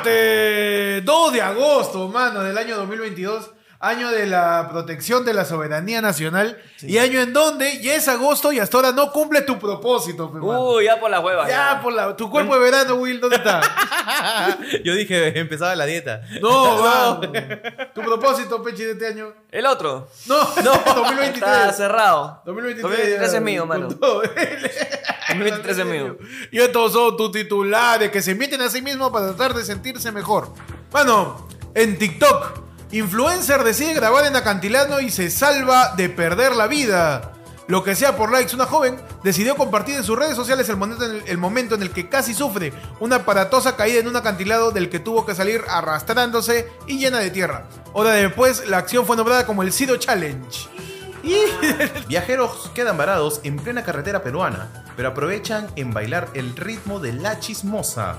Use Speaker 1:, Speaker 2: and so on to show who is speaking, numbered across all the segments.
Speaker 1: Marte, 2 de agosto, mano, del año 2022, año de la protección de la soberanía nacional y año en donde ya es agosto y hasta ahora no cumple tu propósito, pe, mano.
Speaker 2: Uy, ya por las huevas.
Speaker 1: Ya, por la, tu cuerpo de verano, Will, ¿dónde está?
Speaker 3: Yo dije, empezaba la dieta.
Speaker 1: No, mano. Tu propósito, Pechi, de este año.
Speaker 2: El otro.
Speaker 1: No, no,
Speaker 2: Está
Speaker 1: 2023.
Speaker 2: cerrado.
Speaker 1: 2023,
Speaker 2: 2023 es mío,
Speaker 1: con
Speaker 2: mano.
Speaker 1: todo.
Speaker 2: 2023 es mío.
Speaker 1: Y estos son tus titulares que se emiten a sí mismos para tratar de sentirse mejor. Mano, en TikTok, influencer decide grabar en acantilado y se salva de perder la vida. Lo que sea por likes, una joven decidió compartir en sus redes sociales el momento, en el, el momento en el que casi sufre una aparatosa caída en un acantilado del que tuvo que salir arrastrándose y llena de tierra. Hora después, la acción fue nombrada como el Sido Challenge.
Speaker 3: Viajeros quedan varados en plena carretera peruana, pero aprovechan en bailar el ritmo de la chismosa.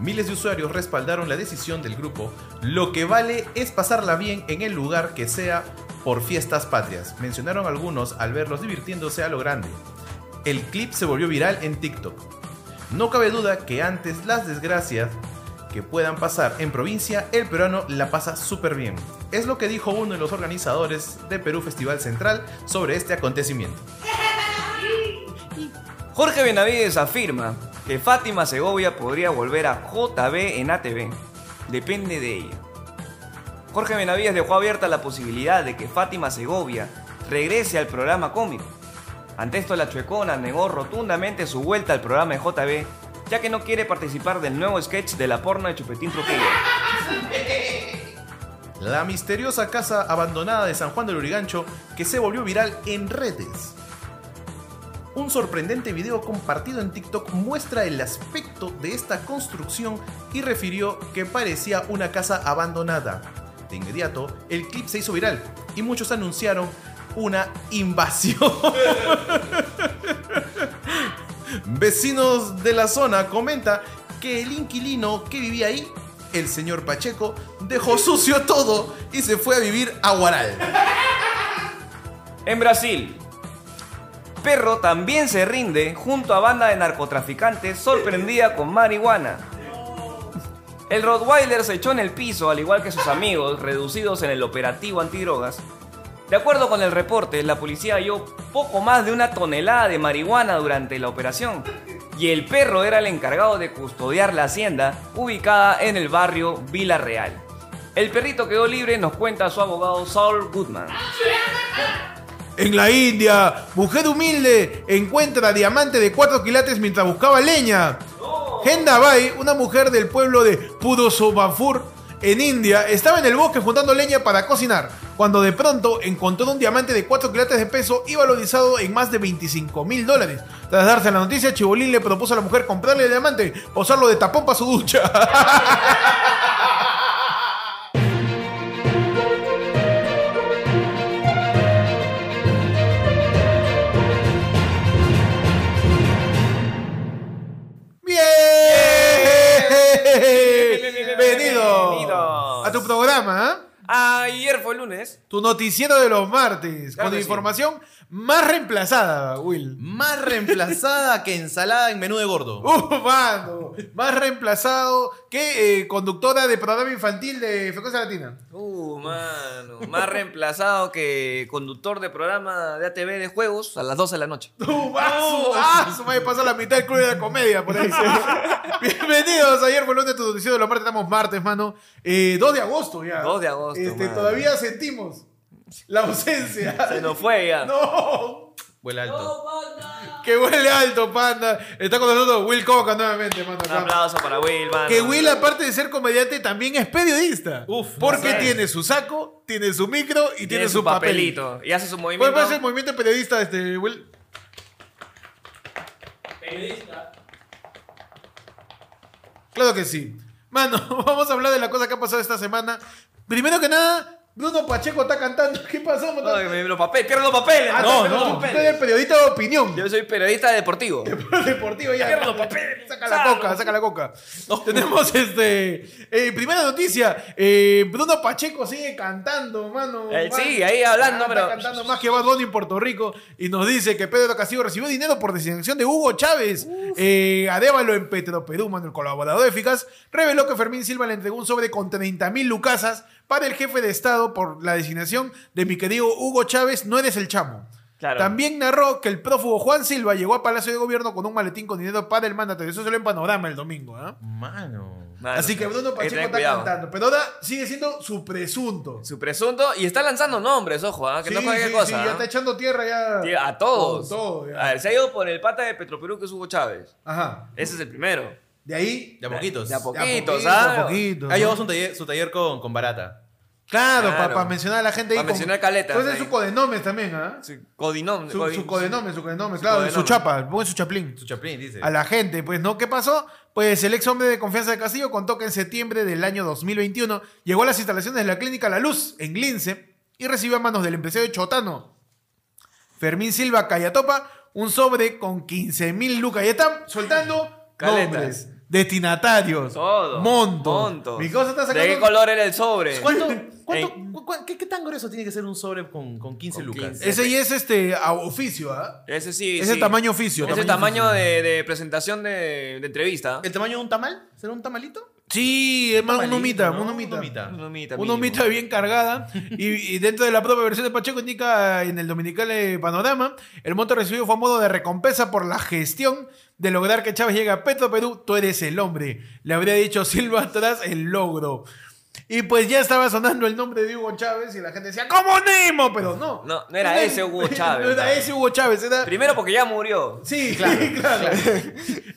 Speaker 3: Miles de usuarios respaldaron la decisión del grupo. Lo que vale es pasarla bien en el lugar que sea por fiestas patrias. Mencionaron algunos al verlos divirtiéndose a lo grande. El clip se volvió viral en TikTok. No cabe duda que antes las desgracias que puedan pasar en provincia, el peruano la pasa súper bien. Es lo que dijo uno de los organizadores de Perú Festival Central sobre este acontecimiento.
Speaker 2: Jorge Benavides afirma que Fátima Segovia podría volver a JB en ATV. Depende de ella. Jorge Benavides dejó abierta la posibilidad de que Fátima Segovia regrese al programa cómico. Ante esto, la chuecona negó rotundamente su vuelta al programa de JB, ya que no quiere participar del nuevo sketch de la porno de Chupetín Trujillo.
Speaker 3: La misteriosa casa abandonada de San Juan del Urigancho que se volvió viral en redes. Un sorprendente video compartido en TikTok muestra el aspecto de esta construcción y refirió que parecía una casa abandonada. De inmediato, el clip se hizo viral y muchos anunciaron una invasión. Vecinos de la zona comenta que el inquilino que vivía ahí, el señor Pacheco, dejó sucio todo y se fue a vivir a Guaral.
Speaker 2: En Brasil, perro también se rinde junto a banda de narcotraficantes sorprendida con marihuana. El Rottweiler se echó en el piso, al igual que sus amigos, reducidos en el operativo antidrogas. De acuerdo con el reporte, la policía halló poco más de una tonelada de marihuana durante la operación. Y el perro era el encargado de custodiar la hacienda ubicada en el barrio Vila Real. El perrito quedó libre, nos cuenta su abogado Saul Goodman.
Speaker 1: En la India, mujer humilde encuentra diamante de 4 quilates mientras buscaba leña. Hendabai, una mujer del pueblo de Pudosobafur, en India, estaba en el bosque juntando leña para cocinar, cuando de pronto encontró un diamante de 4 quilates de peso y valorizado en más de 25 mil dólares. Tras darse la noticia, Chibolín le propuso a la mujer comprarle el diamante, o usarlo de tapón para su ducha. ¡Bien! Bienvenido
Speaker 2: Bienvenidos.
Speaker 1: a tu programa. ¿eh?
Speaker 2: Ayer fue lunes.
Speaker 1: Tu noticiero de los martes,
Speaker 2: Claro
Speaker 1: con
Speaker 2: que sí.
Speaker 1: información más reemplazada, Will.
Speaker 3: Más reemplazada que ensalada en menú de gordo.
Speaker 1: ¡Uh, mano! Más reemplazado que eh, conductora de programa infantil de Frecuencia Latina.
Speaker 2: Uh, mano. Más reemplazado que conductor de programa de ATV de juegos a las 12 de la noche.
Speaker 1: ¡Uh, vaso! ¡Ah! Su madre pasó la mitad del club de la comedia por ahí. Bienvenidos. Ayer fue el lunes de tu noticiero de los martes. Estamos martes, mano. Eh, 2 de agosto ya.
Speaker 2: 2 de agosto,
Speaker 1: Este,
Speaker 2: mano.
Speaker 1: todavía sentimos la ausencia.
Speaker 2: Se nos fue ya.
Speaker 1: ¡No!
Speaker 3: Vuela alto.
Speaker 1: Que huele alto, panda. Está con nosotros Will Coca nuevamente, mano.
Speaker 2: Un
Speaker 1: acá.
Speaker 2: aplauso para Will, mano.
Speaker 1: Que Will, aparte de ser comediante, también es periodista.
Speaker 3: Uf,
Speaker 1: porque
Speaker 3: bastante.
Speaker 1: tiene su saco, tiene su micro y tiene,
Speaker 2: tiene, su papelito. Y hace su
Speaker 1: ¿Cuál
Speaker 2: movimiento.
Speaker 1: puede ser el movimiento periodista, este, Will? Claro que sí. Mano, vamos a hablar de la cosa que ha pasado esta semana. Primero que nada, Bruno Pacheco está cantando. ¿Qué pasó,
Speaker 2: No,
Speaker 1: Matata?
Speaker 2: que me- los papeles, pierdo los papeles.
Speaker 1: Ah,
Speaker 2: no,
Speaker 1: está-
Speaker 2: no,
Speaker 1: tú eres periodista de opinión.
Speaker 2: Yo soy periodista deportivo.
Speaker 1: deportivo ya.
Speaker 2: Pierdo papel.
Speaker 1: Saca la coca, saca la coca. Tenemos este. eh, primera noticia. eh, Bruno Pacheco sigue cantando, mano.
Speaker 2: Él
Speaker 1: Man-
Speaker 2: sigue Eh, ahí hablando,
Speaker 1: Ah,
Speaker 2: pero-
Speaker 1: Está cantando más que Bad Bunny en Puerto Rico. Y nos dice que Pedro Castillo recibió dinero por designación de Hugo Chávez. Eh, Adévalo en Petroperú, mano, el colaborador eficaz, reveló que Fermín Silva le entregó un sobre con 30 mil lucasas para el jefe de Estado por la designación de mi querido Hugo Chávez. No eres el chamo.
Speaker 2: Claro.
Speaker 1: También narró que el prófugo Juan Silva llegó a Palacio de Gobierno con un maletín con dinero para el mandatario. Eso se lo en panorama el domingo. ¿ah?
Speaker 3: Mano.
Speaker 2: Mano,
Speaker 1: Así que Bruno
Speaker 2: Ah, hay
Speaker 1: Pacheco
Speaker 2: que tener
Speaker 1: está
Speaker 2: cuidado.
Speaker 1: cantando. Pero ahora sigue siendo su presunto.
Speaker 2: Su presunto. Y está lanzando nombres, ojo, ah, que no
Speaker 1: Sí,
Speaker 2: cualquier
Speaker 1: sí,
Speaker 2: cosa.
Speaker 1: sí,
Speaker 2: ah.
Speaker 1: ya está echando tierra ya.
Speaker 2: Sí, A todos.
Speaker 1: Con todo, ya.
Speaker 2: a ver, se ha ido por el pata de Petroperú que es Hugo Chávez.
Speaker 1: Ajá.
Speaker 2: Ese es el primero.
Speaker 1: De ahí.
Speaker 3: De a poquitos.
Speaker 2: De a
Speaker 1: de a
Speaker 2: poquitos,
Speaker 1: poquito,
Speaker 2: ¿ah?
Speaker 1: a poquito,
Speaker 3: Ha
Speaker 1: ¿no?
Speaker 3: llevado su taller, su taller con, con Barata.
Speaker 1: Claro,
Speaker 2: Claro.
Speaker 1: para mencionar a la gente ahí.
Speaker 2: Pa'
Speaker 1: con-
Speaker 2: mencionar caletas
Speaker 1: Puede ser
Speaker 2: ahí.
Speaker 1: su codenome también, ¿ah?
Speaker 2: Su codinom-
Speaker 1: Su,
Speaker 2: codi-
Speaker 1: su codenome, su codenome, claro, su
Speaker 2: codenome.
Speaker 1: chapa, pongan su chaplín.
Speaker 3: Su Chaplin, dice.
Speaker 1: a la gente. Pues, ¿no? ¿Qué pasó? Pues el ex hombre de confianza de Castillo contó que en septiembre del año 2021 llegó a las instalaciones de la clínica La Luz, en Lince, y recibió a manos del empresario Chotano, Fermín Silva Cayatopa, un sobre con 15 mil lucas. Y están soltando
Speaker 2: Caletas.
Speaker 1: nombres, destinatarios,
Speaker 2: Todo.
Speaker 1: montos.
Speaker 2: Montos.
Speaker 1: Mi cosa está
Speaker 2: ¿De qué
Speaker 1: sacando...
Speaker 2: color era el sobre?
Speaker 3: ¿Cuánto, cuánto- cu- cu- qué, qué tan grueso tiene que ser un sobre con, con 15
Speaker 2: Con
Speaker 3: lucas?
Speaker 2: 15.
Speaker 1: Ese ya es este a oficio, ¿ah?
Speaker 2: Ese sí.
Speaker 1: Ese
Speaker 2: sí.
Speaker 1: tamaño oficio.
Speaker 2: Ese tamaño de, de presentación de, de entrevista.
Speaker 3: ¿El tamaño de un tamal? ¿Será un tamalito?
Speaker 1: Sí, es más, un
Speaker 3: Tamalito,
Speaker 1: Ah, humita,
Speaker 3: ¿no?
Speaker 1: un humita.
Speaker 3: Un humita.
Speaker 2: Un humita
Speaker 1: Una
Speaker 2: mínimo.
Speaker 1: humita bien cargada. Y, y dentro de la propia versión de Pacheco indica en el Dominical eh, Panorama, el monto recibido fue a modo de recompensa por la gestión de lograr que Chávez llegue a Petro Perú. Tú eres el hombre. Le habría dicho Silva tras el logro. Y pues ya estaba sonando el nombre de Hugo Chávez y la gente decía, ¡Comunismo! Pero no.
Speaker 2: No, no era ese Hugo Chávez.
Speaker 1: no era ese Hugo Chávez, era...
Speaker 2: Primero porque ya murió.
Speaker 1: Sí, claro. claro.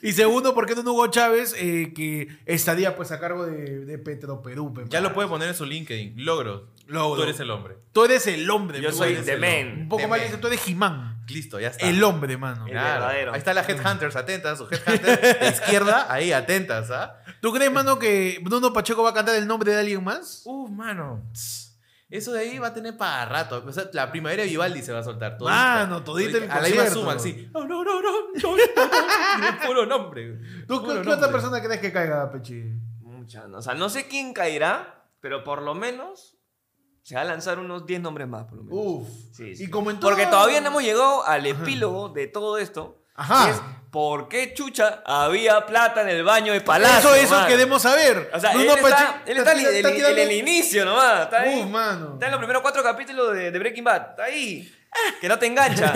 Speaker 1: y segundo, porque era un Hugo Chávez eh, que estaría pues a cargo de, de Petro Perú. pe,
Speaker 3: Ya
Speaker 1: mano.
Speaker 3: lo puede poner en su LinkedIn. Logro.
Speaker 1: Logro.
Speaker 3: Tú eres el hombre.
Speaker 1: Tú eres el hombre.
Speaker 2: Yo
Speaker 1: pe,
Speaker 2: soy
Speaker 1: mano.
Speaker 2: The
Speaker 1: Un
Speaker 2: Man.
Speaker 1: poco
Speaker 3: The
Speaker 1: más
Speaker 3: man.
Speaker 1: dice, tú eres Jimán.
Speaker 3: Listo, ya está.
Speaker 1: El hombre, mano.
Speaker 2: El verdadero.
Speaker 3: Ahí está la Headhunters, atentas. Su Headhunter de izquierda, ahí atentas, ¿ah?
Speaker 1: ¿Tú crees, mano, que Bruno Pacheco va a cantar el nombre de alguien más?
Speaker 3: Uh, mano. tss, Eso de ahí va a tener para rato. O sea, la primavera de Vivaldi se va a soltar todo.
Speaker 1: Mano, todita el
Speaker 3: A la misma
Speaker 1: concierto.
Speaker 3: suma, sí. No, no, no, no, no, no, no, tiene puro nombre.
Speaker 1: ¿Tú
Speaker 3: Puro
Speaker 1: qué, qué otra
Speaker 3: nombre.
Speaker 1: persona crees que caiga, Pechi?
Speaker 2: Mucha, no. O sea, no sé quién caerá, pero por lo menos se va a lanzar unos 10 nombres más, por lo menos.
Speaker 1: Uf.
Speaker 2: Sí, sí.
Speaker 1: Y como en toda-
Speaker 2: Porque todavía no hemos llegado al epílogo de todo esto.
Speaker 1: Ajá.
Speaker 2: que es por qué chucha había plata en el baño de Palacio.
Speaker 1: Eso, eso
Speaker 2: mano?
Speaker 1: queremos saber.
Speaker 2: O sea,
Speaker 1: Bruno
Speaker 2: él está,
Speaker 1: Pacheco
Speaker 2: él está,
Speaker 1: tira-
Speaker 2: en el- en
Speaker 1: pues, tirando-
Speaker 2: el inicio nomás. Está, ahí.
Speaker 1: Uf, mano.
Speaker 2: Está en los primeros cuatro capítulos de, de Breaking Bad. Está ahí. Que no te engancha.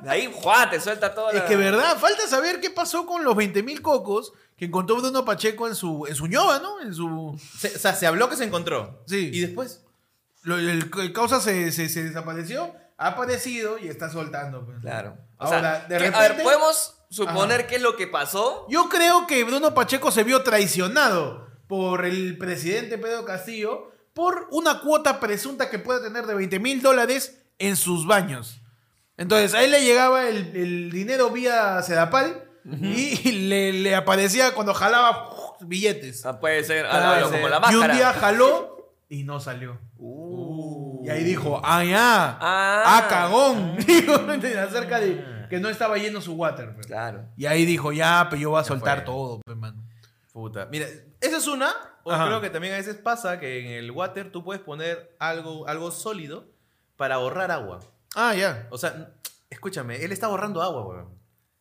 Speaker 2: De ahí, Juan, te suelta toda
Speaker 1: Es
Speaker 2: la-
Speaker 1: que verdad, falta saber qué pasó con los 20.000 cocos que encontró Bruno Pacheco en su, en su ñoba, ¿no? En su...
Speaker 3: Se- o sea, se habló que se encontró.
Speaker 1: Sí.
Speaker 3: Y después.
Speaker 1: lo- el, el causa se, se- se desapareció, ha aparecido y está soltando. pues.
Speaker 2: Claro. O sea,
Speaker 1: Ahora, de
Speaker 2: que-
Speaker 1: repente...
Speaker 2: A ver, podemos suponer qué es lo que pasó.
Speaker 1: Yo creo que Bruno Pacheco se vio traicionado por el presidente Pedro Castillo por una cuota presunta que puede tener de 20 mil dólares en sus baños. Entonces, a él le llegaba el, el dinero vía Sedapal y le, le aparecía cuando jalaba uf, billetes.
Speaker 2: Ah, puede ser
Speaker 1: Claro,
Speaker 2: algo como la
Speaker 1: y
Speaker 2: máscara.
Speaker 1: un día jaló y no salió.
Speaker 2: Uh.
Speaker 1: Y ahí dijo, ah, ya,
Speaker 2: Ah.
Speaker 1: ah, cagón. Dijo, acerca de que no estaba lleno su water. pues.
Speaker 2: Claro.
Speaker 1: Y ahí dijo, ya, pues yo voy a soltar
Speaker 3: fue.
Speaker 1: todo, pues, mano.
Speaker 3: Puta. Mira, esa es una. O
Speaker 1: Ajá.
Speaker 3: creo que también a veces pasa que en el water tú puedes poner algo, algo sólido para ahorrar agua.
Speaker 1: Ah, ya.
Speaker 3: O sea, n- escúchame, él está ahorrando agua, weón.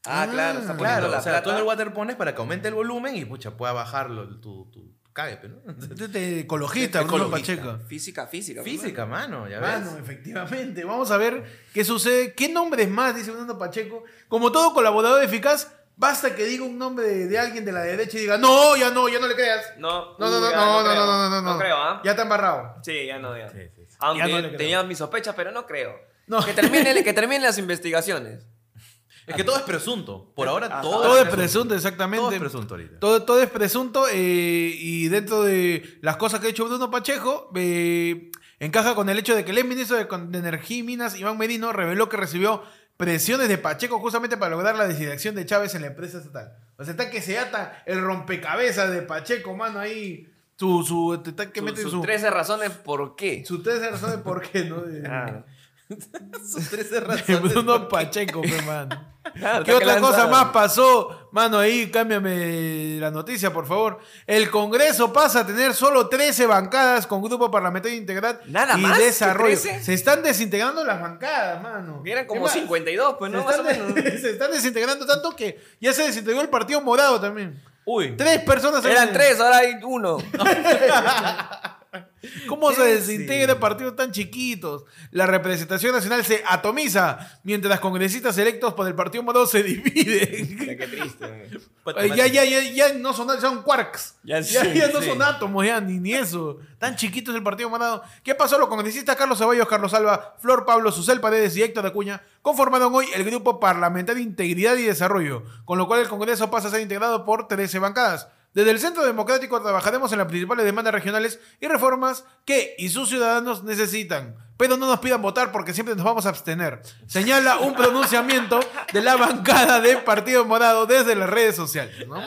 Speaker 2: Ah, claro, está
Speaker 1: Ah,
Speaker 2: poniendo
Speaker 3: Claro,
Speaker 2: la
Speaker 3: o sea, tú en
Speaker 2: plata.
Speaker 3: el water pones para que aumente el volumen y pucha, pueda bajarlo tu, tu cague, pe, ¿no?
Speaker 1: Tú te- ecologista, Bruno
Speaker 3: Ecologista.
Speaker 1: Pacheco.
Speaker 2: Física, física.
Speaker 3: Física, mano, ya ves.
Speaker 1: Mano, efectivamente. Vamos a ver qué sucede. ¿Qué nombres más? Dice Bruno Pacheco. Como todo colaborador eficaz, basta que diga un nombre de, de alguien de la derecha y diga, no, ya no, ya no le creas.
Speaker 2: No,
Speaker 1: No, no,
Speaker 2: uh,
Speaker 1: no,
Speaker 2: ya
Speaker 1: no, no,
Speaker 2: creo.
Speaker 1: no, no, no, no.
Speaker 2: No creo, ¿ah?
Speaker 1: Ya está embarrado.
Speaker 2: Sí, ya no, ya.
Speaker 3: Sí, sí, sí.
Speaker 2: Aunque
Speaker 1: Ya no le creo.
Speaker 2: tenía mis sospechas, pero no creo.
Speaker 1: No.
Speaker 2: Que, terminen que terminen las investigaciones.
Speaker 3: Es que todo es presunto. Por ahora
Speaker 2: Ajá.
Speaker 3: todo,
Speaker 1: Todo es presunto, exactamente.
Speaker 3: Todo es presunto ahorita.
Speaker 1: Todo, todo es presunto eh, y dentro de las cosas que ha hecho Bruno Pachejo, eh, encaja con el hecho de que el ex ministro de, Con- de Energía y Minas, Iván Merino, reveló que recibió presiones de Pacheco justamente para lograr la designación de Chávez en la empresa estatal. O sea, está que se ata el rompecabezas de Pacheco, mano, ahí Su, su, te- te- que
Speaker 2: Sus
Speaker 1: meten
Speaker 2: sus
Speaker 1: su,
Speaker 2: 13 razones por qué.
Speaker 1: su tres razones de por qué, ¿no? De-
Speaker 2: Claro.
Speaker 4: Sus 13
Speaker 1: de
Speaker 4: razones.
Speaker 1: Ah. Bruno Pacheco, pe, mano.
Speaker 2: Claro,
Speaker 1: ¿Qué
Speaker 2: está
Speaker 1: otra cosa
Speaker 2: lanzado.
Speaker 1: más pasó? Mano, ahí cámbiame la noticia, por favor. El Congreso pasa a tener solo 13 bancadas con grupo parlamentario integral
Speaker 2: ¿Nada
Speaker 1: y
Speaker 2: más que
Speaker 1: desarrollo.
Speaker 2: 13?
Speaker 1: Se están desintegrando las bancadas, mano.
Speaker 2: Eran
Speaker 1: Es
Speaker 2: como
Speaker 1: más,
Speaker 2: 52, pues,
Speaker 1: se,
Speaker 2: ¿no? Más o
Speaker 1: están
Speaker 2: menos.
Speaker 1: de- se están desintegrando tanto que ya se desintegró el Partido Morado también.
Speaker 2: Uy.
Speaker 1: Tres personas
Speaker 2: Eran
Speaker 1: en-
Speaker 2: tres, ahora hay uno.
Speaker 1: ¿Cómo se
Speaker 4: Trece.
Speaker 1: desintegra partidos tan chiquitos? La representación nacional se atomiza mientras congresistas electos por el Partido Morado se dividen.
Speaker 2: Qué triste.
Speaker 3: Pues
Speaker 1: Ay,
Speaker 2: pues,
Speaker 1: ya, ya, ya, ya no son, son quarks.
Speaker 2: Ya
Speaker 1: Ya,
Speaker 2: sí,
Speaker 1: ya no
Speaker 2: sí.
Speaker 1: son átomos, ya, ni, ni eso. Tan chiquitos el Partido Morado. ¿Qué pasó? Los congresistas Carlos Ceballos, Carlos Alba, Flor Pablo, Susel Paredes y Héctor Acuña conformaron hoy el Grupo Parlamentario Integridad y Desarrollo, con lo cual el Congreso pasa a ser integrado por 13 bancadas. Desde el Centro Democrático trabajaremos en las principales demandas regionales y reformas que y sus ciudadanos necesitan. Pero no nos pidan votar porque siempre nos vamos a abstener. Señala un pronunciamiento de la bancada de Partido Morado desde las redes sociales. ¿no?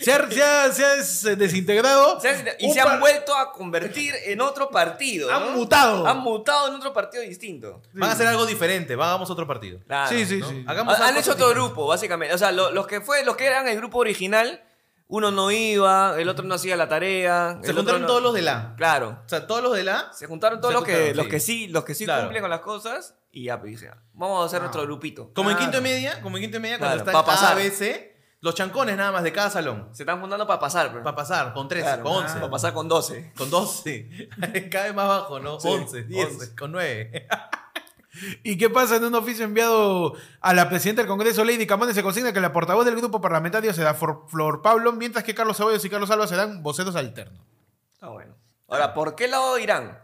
Speaker 1: Se ha, se ha- se ha des- eh, desintegrado.
Speaker 2: O sea, y
Speaker 1: un
Speaker 2: se han
Speaker 1: par-
Speaker 2: vuelto a convertir en otro partido.
Speaker 1: Han
Speaker 2: ¿no?
Speaker 1: mutado.
Speaker 2: Han mutado en otro partido distinto.
Speaker 3: Van a hacer algo diferente, vamos a otro partido.
Speaker 2: Claro.
Speaker 1: Sí, sí,
Speaker 3: ¿no?
Speaker 1: sí.
Speaker 3: Hagamos
Speaker 2: Han, han
Speaker 3: algo
Speaker 2: hecho otro
Speaker 3: distinto.
Speaker 2: grupo, básicamente. O sea, lo- los que fue, los que eran el grupo original, uno no iba, el otro no hacía la tarea.
Speaker 3: Se juntaron todos los de la.
Speaker 2: Claro.
Speaker 3: O sea, todos los de la.
Speaker 2: Se juntaron todos
Speaker 3: Se
Speaker 2: los, que,
Speaker 3: juntaron,
Speaker 2: los
Speaker 3: sí.
Speaker 2: que sí, los que sí
Speaker 3: Claro.
Speaker 2: cumplen con las cosas. Y ya pues, dije, vamos a
Speaker 1: Ah.
Speaker 2: hacer nuestro grupito.
Speaker 3: Como en
Speaker 1: Claro.
Speaker 3: quinto y media, como en quinto y media, cuando
Speaker 2: Claro,
Speaker 3: está
Speaker 2: pa'
Speaker 3: el
Speaker 2: pasar.
Speaker 3: ABC, los chancones nada más de cada salón.
Speaker 2: Se están juntando para pasar, pero.
Speaker 3: Para pasar, con 13,
Speaker 2: Claro, Ah.
Speaker 3: con 11.
Speaker 2: Para pasar con 12.
Speaker 3: Con 12. Cada vez más bajo, ¿no?
Speaker 2: Sí,
Speaker 3: 11,
Speaker 2: 10.
Speaker 3: 11, con 9.
Speaker 1: ¿Y qué pasa en un oficio enviado a la presidenta del Congreso, Lady Camones? Se consigna que la portavoz del grupo parlamentario será For- Flor Pablo, mientras que Carlos Ceballos y Carlos Alba serán voceros alternos.
Speaker 2: Está Ah, bueno. Ahora, ¿por qué lado irán?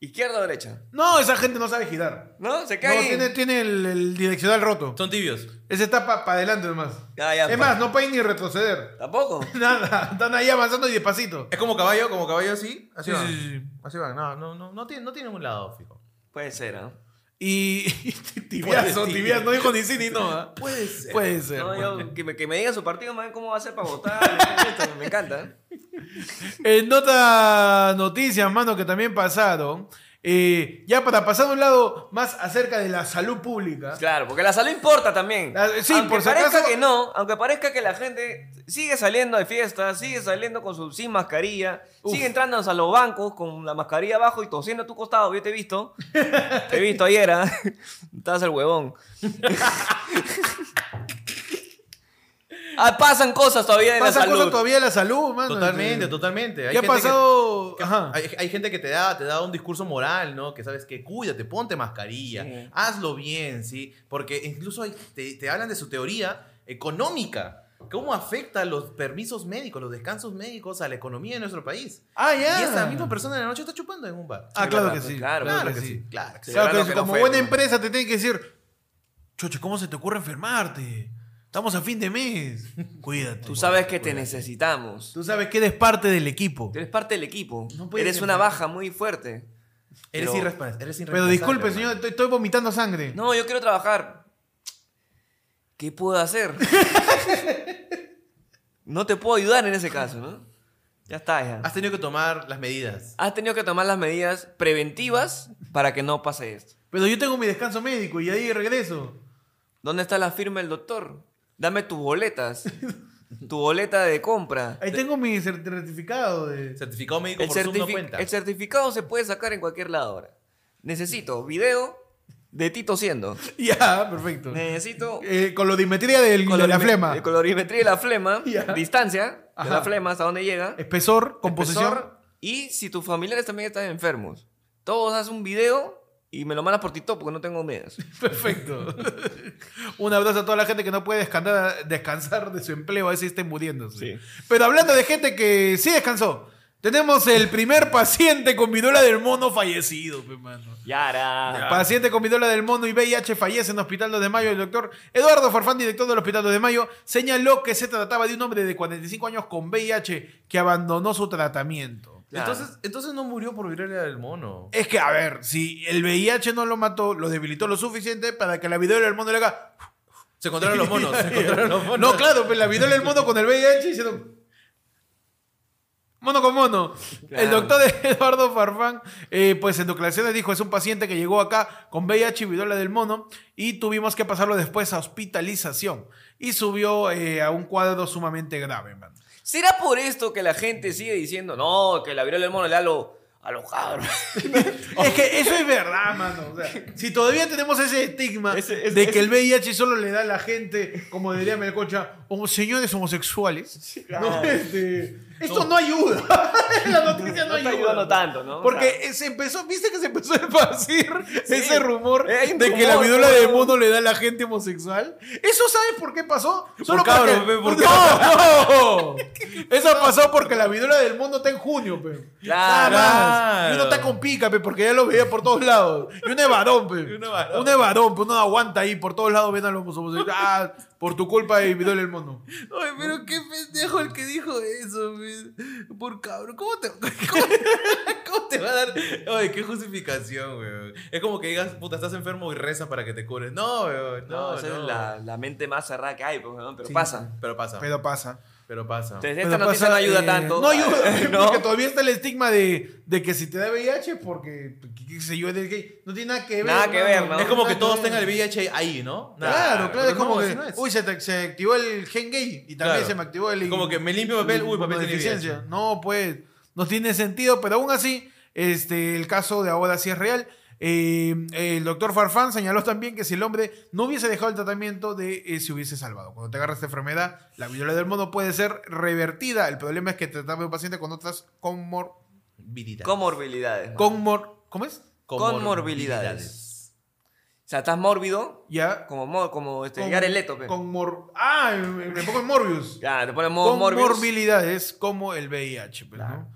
Speaker 2: ¿Izquierda o derecha?
Speaker 1: No, esa gente no sabe girar.
Speaker 2: ¿No? Se
Speaker 1: No,
Speaker 2: cae.
Speaker 1: tiene, tiene el, el direccional roto.
Speaker 3: Son tibios.
Speaker 1: Ese está para adelante nomás.
Speaker 2: Ah, ya,
Speaker 1: es
Speaker 2: pa-
Speaker 1: más, no pueden ni retroceder.
Speaker 2: Tampoco.
Speaker 1: Nada, están ahí avanzando y despacito.
Speaker 3: Es como caballo, como caballo así. Así
Speaker 1: Sí,
Speaker 3: van.
Speaker 1: sí, sí, sí.
Speaker 3: Así van. No, no, no, no tiene, no tiene un lado fijo.
Speaker 2: Puede ser, ¿no?
Speaker 1: Y, y tibiazo,
Speaker 3: Puede ser.
Speaker 1: tibiazo. No dijo ni sí ni no. ¿ah?
Speaker 3: Puede ser.
Speaker 1: Puede ser.
Speaker 2: No, yo- que, me, que me digan su partido, man, cómo va a ser para votar. Esto me encanta. ¿eh?
Speaker 1: En otra noticia, mano, que también pasaron, eh, ya para pasar a un lado más acerca de la salud pública.
Speaker 2: Claro, porque la salud importa también.
Speaker 1: La- sí,
Speaker 2: aunque
Speaker 1: por si
Speaker 2: parezca
Speaker 1: acaso-
Speaker 2: que no, aunque parezca que la gente sigue saliendo de fiestas, sigue saliendo con su, sin mascarilla, sigue entrando a los bancos con la mascarilla abajo y tosiendo a tu costado. Yo te he visto. Te he visto ayer, ¿ah? Estás el huevón. Ah, pasan cosas todavía de
Speaker 1: Pasa
Speaker 2: la salud.
Speaker 1: cosas todavía de la salud, mano.
Speaker 3: Totalmente,
Speaker 1: Ah, Sí.
Speaker 3: totalmente.
Speaker 1: Ya ha
Speaker 3: gente que-
Speaker 1: pasado.
Speaker 3: que-
Speaker 1: Ajá.
Speaker 3: hay, hay gente que te da, te da un discurso moral, ¿no? Que sabes que cuídate, ponte mascarilla,
Speaker 2: Sí.
Speaker 3: hazlo bien, ¿sí? Porque incluso hay- te, te hablan de su teoría económica. ¿Cómo afecta los permisos médicos, los descansos médicos a la economía de nuestro país?
Speaker 1: Ah, ya.
Speaker 3: Y esa misma persona en la noche está chupando en un bar.
Speaker 1: Ah, claro que sí.
Speaker 2: Claro,
Speaker 3: claro que sí. Claro que sí.
Speaker 1: Claro que
Speaker 2: Claro que
Speaker 1: sí,
Speaker 2: no
Speaker 1: como
Speaker 2: fue,
Speaker 1: buena
Speaker 2: ¿no?
Speaker 1: empresa te tienen que decir, choche, ¿cómo se te ocurre enfermarte? Estamos a fin de mes. Cuídate.
Speaker 2: Tú sabes que te necesitamos.
Speaker 1: Tú sabes que eres parte del equipo.
Speaker 2: Tú eres parte del equipo.
Speaker 1: No puedes
Speaker 2: Eres una
Speaker 1: entrar.
Speaker 2: baja muy fuerte.
Speaker 3: Eres,
Speaker 2: Pero-
Speaker 3: irrespa- eres irresponsable.
Speaker 1: Pero disculpe,
Speaker 3: hermano.
Speaker 1: señor, estoy, estoy vomitando sangre.
Speaker 2: No, yo quiero trabajar. ¿Qué puedo hacer? no te puedo ayudar en ese caso, ¿no? Ya está, ya.
Speaker 3: Has tenido que tomar las medidas.
Speaker 2: Has tenido que tomar las medidas preventivas para que no pase esto.
Speaker 1: Pero yo tengo mi descanso médico y ahí regreso.
Speaker 2: ¿Dónde está la firma del doctor? Dame tus boletas. Tu boleta de compra.
Speaker 1: Ahí tengo mi cer- certificado de.
Speaker 3: Certificado médico
Speaker 2: El,
Speaker 3: por Zoom no
Speaker 2: certifi-
Speaker 3: cuenta.
Speaker 2: el certificado se puede sacar en cualquier lado ahora. Necesito video de ti tosiendo.
Speaker 1: Ya, perfecto.
Speaker 2: Necesito
Speaker 1: Eh, con lo dimetría del, de la
Speaker 2: colorime- eh,
Speaker 1: flema.
Speaker 2: de colorimetría de la flema.
Speaker 1: Ya.
Speaker 2: Distancia de la
Speaker 1: Ajá.
Speaker 2: flema hasta dónde llega.
Speaker 1: Espesor, composición.
Speaker 2: espesor, Y si tus familiares también están enfermos, todos hacen un video y me lo mandas por TikTok porque no tengo medias.
Speaker 1: Perfecto. Un abrazo a toda la gente que no puede descansar, descansar de su empleo, a veces estén muriéndose. Pero hablando de gente que sí descansó, tenemos el primer paciente con viruela del mono fallecido, pe, mano.
Speaker 2: Yara.
Speaker 1: Paciente con viruela del mono y VIH fallece en Hospital 2 de Mayo. El doctor Eduardo Farfán, director del Hospital 2 de Mayo, señaló que se trataba de un hombre de 45 años con VIH que abandonó su tratamiento.
Speaker 2: Claro.
Speaker 3: Entonces, entonces no murió por viruela del mono.
Speaker 1: Es que, a ver, si el VIH no lo mató, lo debilitó lo suficiente para que la viruela del mono le haga...
Speaker 3: Se encontraron los
Speaker 1: pues,
Speaker 3: monos. se encontraron los monos.
Speaker 1: No, claro, pero la viruela del mono con el VIH hicieron... Mono con mono.
Speaker 2: Claro.
Speaker 1: El doctor Eduardo Farfán, eh, pues en declaraciones dijo, es un paciente que llegó acá con VIH y viruela del mono y tuvimos que pasarlo después a hospitalización. Y subió eh, a un cuadro sumamente grave, man.
Speaker 2: ¿Será por esto que la gente sigue diciendo, no, que la viruela del mono le da a lo- a los cabros?
Speaker 1: Es que eso es verdad, mano. O sea, si todavía tenemos ese estigma
Speaker 2: Ese- ese-
Speaker 1: de
Speaker 2: ese-
Speaker 1: que el VIH solo le da a la gente, como diría Melcocha, homo- señores homosexuales, ¿no? Este, esto no, ayuda. la noticia no,
Speaker 2: No está
Speaker 1: ayuda.
Speaker 2: ayudando tanto, ¿no?
Speaker 1: Porque se empezó, viste que se empezó a esparcir
Speaker 2: Sí.
Speaker 1: ese rumor
Speaker 2: Eh, hay un
Speaker 1: de que la
Speaker 2: rumor,
Speaker 1: viruela
Speaker 2: ¿no?
Speaker 1: de mono le da a la gente homosexual. ¿Eso sabes por qué pasó?
Speaker 2: cabros,
Speaker 1: porque-
Speaker 2: pe, por
Speaker 1: ¡No! ¡No! Eso pasó porque la viruela del mundo está en junio, pe.
Speaker 2: Claro.
Speaker 1: Nada más. Y uno está con pica, pe, porque ya lo veía por todos lados. Y uno es varón, pe.
Speaker 3: Y uno es varón.
Speaker 1: Uno es varón, pe. Uno no aguanta ahí por todos lados, ven a los homosexuales. Ah, por tu culpa, eh, viruela del mundo.
Speaker 5: Oye, pero qué pendejo el que dijo eso, pe. por cabrón. ¿Cómo te, cómo, cómo te va a dar?
Speaker 3: Oye, qué justificación, weón. Es como que digas, puta, estás enfermo y reza para que te cures. No, weón,
Speaker 2: No,
Speaker 3: no,
Speaker 2: esa
Speaker 3: no.
Speaker 2: es la, la mente más cerrada que hay, pues, ¿no? pero pasa.
Speaker 3: Pero pasa, pero,
Speaker 1: Pero pasa.
Speaker 3: pasa.
Speaker 2: Entonces,
Speaker 1: Pero
Speaker 2: Pues, esta noticia
Speaker 1: pasa,
Speaker 2: no ayuda
Speaker 1: eh,
Speaker 2: tanto.
Speaker 1: No ayuda,
Speaker 2: ¿no?
Speaker 1: porque todavía está el estigma de, de que si te da VIH, porque, qué- qué sé yo, es del gay. No tiene nada que ver.
Speaker 2: Nada que ver, ¿no?
Speaker 3: Es como que
Speaker 1: Nada
Speaker 3: todos
Speaker 1: ver.
Speaker 3: tengan el VIH ahí, ¿no? Nah,
Speaker 1: Claro,
Speaker 3: pero
Speaker 1: claro, es
Speaker 3: no,
Speaker 1: como que,
Speaker 3: así no es.
Speaker 1: uy, se, te- se activó el gen gay y también
Speaker 3: Claro.
Speaker 1: se me activó el...
Speaker 3: Como que me limpio papel, uy, papel tiene
Speaker 1: deficiencia. No, pues, no tiene sentido, pero aún así, este, el caso de ahora sí es real. Eh, el doctor Farfán señaló también que si el hombre no hubiese dejado el tratamiento de eh, se hubiese salvado. Cuando te agarra esta enfermedad, la viruela del mono puede ser revertida. El problema es que tratamos a un paciente con otras conmor...
Speaker 3: Vidita.
Speaker 2: Comorbilidades. ¿no?
Speaker 1: conmor ¿Cómo es?
Speaker 2: Comorbilidades. O sea, estás mórbido,
Speaker 1: Ya.
Speaker 2: como, mor- como este,
Speaker 1: Con-
Speaker 2: Jared Leto, pe.
Speaker 1: conmor- Ah, me me pongo en Morbius.
Speaker 2: Ya, te pones modo
Speaker 1: con
Speaker 2: mórbido.
Speaker 1: morbilidades como el VIH. pues, ¿no?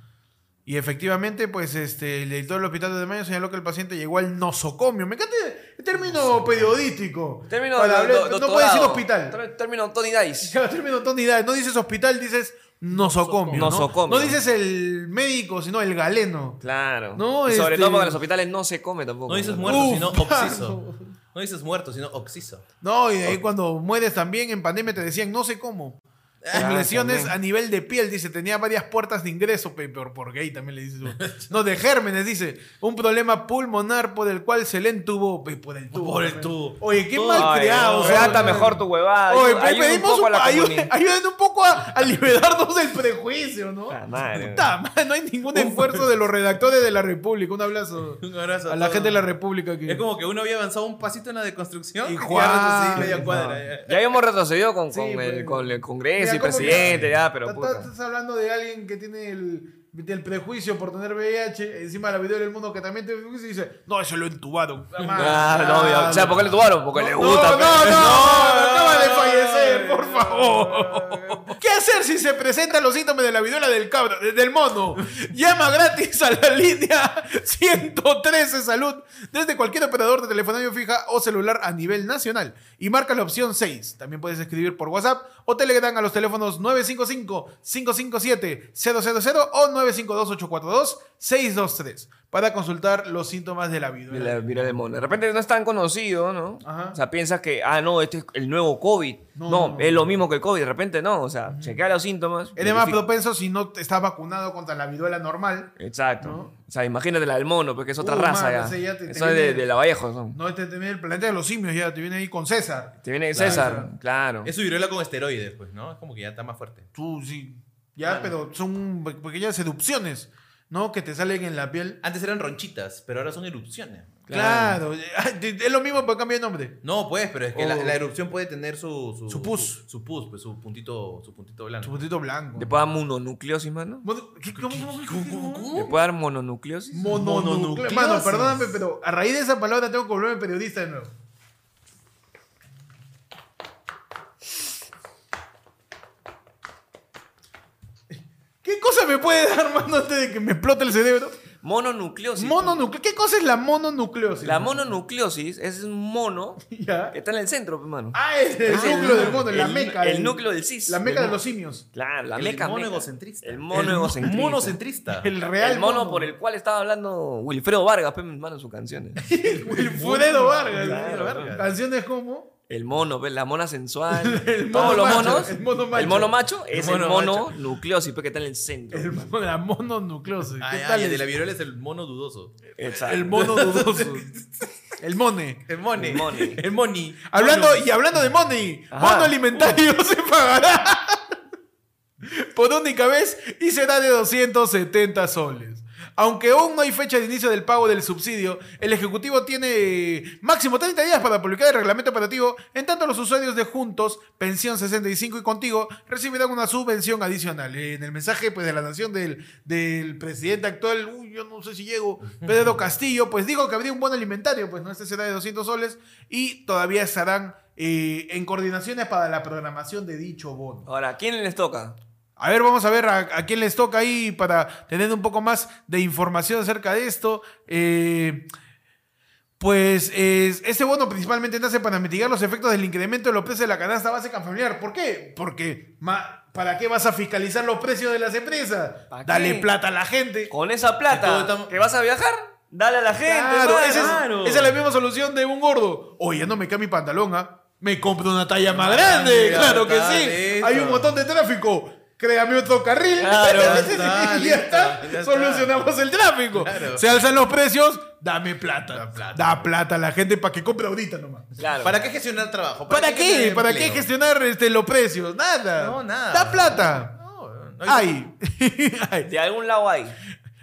Speaker 1: Y efectivamente, pues este, el editor del hospital de Mayo señaló que el paciente llegó al nosocomio. Me encanta el término periodístico.
Speaker 2: Término
Speaker 1: Para
Speaker 2: do-
Speaker 1: hablar-
Speaker 2: do-
Speaker 1: no
Speaker 2: doctorado.
Speaker 1: puedes decir hospital.
Speaker 2: Tr- Término Tony Dice.
Speaker 1: Claro, término tonidad. No dices hospital, dices nosocomio. ¿no?
Speaker 2: Nosocomio.
Speaker 1: No dices el médico, sino el galeno.
Speaker 2: Claro.
Speaker 1: No,
Speaker 2: y sobre
Speaker 1: este-
Speaker 2: todo porque en los hospitales no se come tampoco.
Speaker 3: No dices
Speaker 2: ¿no?
Speaker 3: muerto,
Speaker 1: Uf,
Speaker 3: sino
Speaker 1: mano.
Speaker 3: oxiso. No dices muerto, sino oxiso.
Speaker 1: No, y de ahí cuando mueres también en pandemia te decían no sé cómo.
Speaker 2: Ah,
Speaker 1: Con lesiones
Speaker 2: también.
Speaker 1: a nivel de piel, dice, tenía varias puertas de ingreso, pe- por, por gay también le dice. su- No, de gérmenes, dice, un problema pulmonar por el cual se le entubó, pe, por el tubo.
Speaker 3: Por el
Speaker 1: pe.
Speaker 3: tubo.
Speaker 1: Oye, qué
Speaker 3: Todo-
Speaker 1: mal
Speaker 2: Ay,
Speaker 1: criado.
Speaker 2: no,
Speaker 1: son,
Speaker 2: trata
Speaker 1: pe.
Speaker 2: mejor tu huevada.
Speaker 1: Oye,
Speaker 2: ayuda
Speaker 1: pe,
Speaker 2: un
Speaker 1: pedimos
Speaker 2: poco a
Speaker 1: un,
Speaker 2: la
Speaker 1: ayuden,
Speaker 2: comunidad.
Speaker 1: ayuden un poco a, a liberarnos del prejuicio, ¿no?
Speaker 2: Ah, madre.
Speaker 1: Puta madre, no hay ningún esfuerzo de los redactores de la República. Un abrazo
Speaker 3: Un abrazo.
Speaker 1: a la
Speaker 3: todos.
Speaker 1: gente de la República. Que...
Speaker 3: Es como que uno había avanzado un pasito en la deconstrucción
Speaker 1: Mm. Y
Speaker 3: y
Speaker 1: Juan,
Speaker 3: cuadra, sí,
Speaker 1: no.
Speaker 3: media cuadra. eh.
Speaker 2: Ya habíamos retrocedido con,
Speaker 1: Sí,
Speaker 2: con, el,
Speaker 1: pues.
Speaker 2: con el Congreso
Speaker 1: Mira,
Speaker 2: y
Speaker 1: ¿cómo que-
Speaker 2: presidente, ya, pero
Speaker 1: Está-
Speaker 2: puta.
Speaker 1: Estás hablando de alguien que tiene el, del prejuicio por tener VIH, encima de la video del mundo que también tiene prejuicio y dice, no, eso lo entubaron.
Speaker 2: Ah, no, ya. O sea, ¿por qué le tomaron? Porque le
Speaker 1: No,
Speaker 2: gusta.
Speaker 1: no,
Speaker 2: pe.
Speaker 1: no, no,
Speaker 3: No,
Speaker 1: acaba de
Speaker 3: no,
Speaker 1: fallecer,
Speaker 3: no,
Speaker 1: por
Speaker 3: no,
Speaker 1: favor. ¿Qué hacer si se presentan los síntomas de la viruela del cabro, de- del mono? Llama gratis a la línea 113 Salud desde cualquier operador de telefonía fija o celular a nivel nacional y marca la opción 6. También puedes escribir por WhatsApp o Telegram a los teléfonos 955-557-000 o 952-842-623 para consultar los síntomas de la
Speaker 2: De
Speaker 1: viruela.
Speaker 2: la viruela del mono. De repente no es tan conocido, ¿no?
Speaker 1: Ajá.
Speaker 2: O sea, piensas que, ah, no, este es el nuevo COVID.
Speaker 1: No,
Speaker 2: No,
Speaker 1: no.
Speaker 2: es lo mismo que el COVID. De repente no. O sea, chequea los síntomas.
Speaker 1: Eres más
Speaker 2: verifica.
Speaker 1: propenso si no te estás vacunado contra la viruela normal.
Speaker 2: Exacto.
Speaker 1: ¿No?
Speaker 2: O sea, imagínate la del mono, porque es otra
Speaker 1: Uh,
Speaker 2: raza
Speaker 1: mano,
Speaker 2: ya.
Speaker 1: ese ya te- te
Speaker 2: Eso es de,
Speaker 1: viene-
Speaker 2: de la Vallejo. ¿no?
Speaker 1: No, este te viene el planeta de los simios ya, te viene ahí con César.
Speaker 2: Te viene
Speaker 1: Claro.
Speaker 2: César, claro.
Speaker 3: Es su viruela con esteroides, pues, ¿no? Es como que ya está más fuerte.
Speaker 1: Tú sí. Ya, pero son pe- pequeñas erupciones, ¿no? Que te salen en la piel.
Speaker 3: Antes eran ronchitas, pero ahora son erupciones.
Speaker 1: Claro.
Speaker 2: Claro.
Speaker 1: Es lo mismo, pero cambia de nombre.
Speaker 3: No, pues, pero es que la,
Speaker 2: Oh.
Speaker 3: la erupción puede tener su...
Speaker 1: Su pus.
Speaker 3: Su, su pus, pues, su puntito, su puntito
Speaker 1: Su
Speaker 3: blanco.
Speaker 1: puntito blanco.
Speaker 2: Después da mononucleosis, mano.
Speaker 1: Mono- ¿qué- cómo- cómo- cómo- cómo?
Speaker 2: Después dar mononucleosis.
Speaker 1: Mononucle-
Speaker 3: Mononucleosis.
Speaker 1: Mano, perdóname, pero a raíz de esa palabra tengo que volverme periodista de nuevo. ¿Qué cosa me puede dar, mano, antes de que me explote el cerebro?
Speaker 2: mononucleosis.
Speaker 1: Mononucle- ¿Qué cosa es la mononucleosis?
Speaker 2: La mononucleosis es un mono
Speaker 1: Ya.
Speaker 2: que está en el centro, pues, mano.
Speaker 1: Ah, es el
Speaker 2: Es
Speaker 1: núcleo del mono, la
Speaker 2: el-
Speaker 1: meca.
Speaker 2: El núcleo del cis.
Speaker 1: La meca
Speaker 2: Del
Speaker 1: de
Speaker 2: mono.
Speaker 1: los simios.
Speaker 2: Claro, la
Speaker 3: El
Speaker 2: meca.
Speaker 3: mono
Speaker 2: meca.
Speaker 3: egocentrista.
Speaker 2: El
Speaker 3: El
Speaker 2: mono
Speaker 3: mo-
Speaker 2: egocentrista.
Speaker 3: monocentrista.
Speaker 1: El real
Speaker 2: el mono por el cual estaba hablando Wilfredo Vargas, pues, mano, en sus canciones.
Speaker 1: Wilfredo Vargas.
Speaker 2: Claro,
Speaker 1: Canciones como...
Speaker 2: El mono, pues, la mona sensual.
Speaker 1: El
Speaker 2: Todos
Speaker 1: mono
Speaker 2: los
Speaker 1: macho,
Speaker 2: monos.
Speaker 1: el mono macho.
Speaker 2: El mono macho
Speaker 1: El
Speaker 2: es
Speaker 1: mono
Speaker 2: el mono nucleosis, pues, que está en el centro.
Speaker 1: El, mono- la mononucleosis.
Speaker 3: Ah,
Speaker 1: ¿Qué
Speaker 3: ya,
Speaker 1: tal
Speaker 3: y el
Speaker 1: es?
Speaker 3: de la viruela es el mono dudoso.
Speaker 2: Exacto.
Speaker 1: El mono dudoso. El mone.
Speaker 3: El mone.
Speaker 2: El mone.
Speaker 3: El moni.
Speaker 1: Hablando, y hablando de money,
Speaker 2: Ajá.
Speaker 1: mono alimentario se pagará por única vez y será de 270 soles. Aunque aún no hay fecha de inicio del pago del subsidio, el Ejecutivo tiene eh, máximo 30 días para publicar el reglamento operativo, en tanto los usuarios de Juntos, Pensión 65 y Contigo recibirán una subvención adicional. En el mensaje pues, de la nación del, del presidente actual, uy, yo no sé si llego, Pedro Castillo, pues dijo que habría un buen alimentario, pues no, este será de 200 soles y todavía estarán eh, en coordinaciones para la programación de dicho bono.
Speaker 2: Ahora, ¿quién les toca?
Speaker 1: A ver, vamos a ver a, a quién les toca ahí para tener un poco más de información acerca de esto. Eh, pues es- este bono principalmente nace para mitigar los efectos del incremento de los precios de la canasta básica familiar. ¿Por qué? Porque ma- ¿para qué vas a fiscalizar los precios de las empresas?
Speaker 2: ¿Pa'
Speaker 1: Dale
Speaker 2: qué?
Speaker 1: plata a la gente.
Speaker 2: Con esa
Speaker 3: Que todo
Speaker 2: plata
Speaker 3: estamos-
Speaker 2: que vas a viajar, dale a la gente.
Speaker 1: Claro,
Speaker 2: mano.
Speaker 1: esa es, esa es la misma solución de un gordo. Oye, no me cae mi pantalón, ¿ah? Me compro una talla más grande.
Speaker 3: grande,
Speaker 1: claro que
Speaker 3: ya está,
Speaker 1: sí.
Speaker 3: listo.
Speaker 1: Hay un montón de tráfico. Créame otro carril.
Speaker 2: Claro,
Speaker 1: ya
Speaker 2: ya
Speaker 1: está.
Speaker 3: está,
Speaker 1: y ya
Speaker 3: listo,
Speaker 1: está.
Speaker 3: ya está.
Speaker 1: Solucionamos el tráfico.
Speaker 3: Claro.
Speaker 1: Se alzan los precios. Dame plata.
Speaker 3: Da plata.
Speaker 1: Da plata a la gente para que compre ahorita nomás.
Speaker 2: Claro.
Speaker 3: ¿Para qué gestionar trabajo?
Speaker 1: ¿Para, qué?
Speaker 3: generar
Speaker 1: ¿Para
Speaker 3: empleo?
Speaker 1: qué gestionar este, los precios? Nada.
Speaker 3: No, nada.
Speaker 1: Da plata.
Speaker 3: No, no hay-
Speaker 1: Ay. Ay.
Speaker 2: De algún lado hay.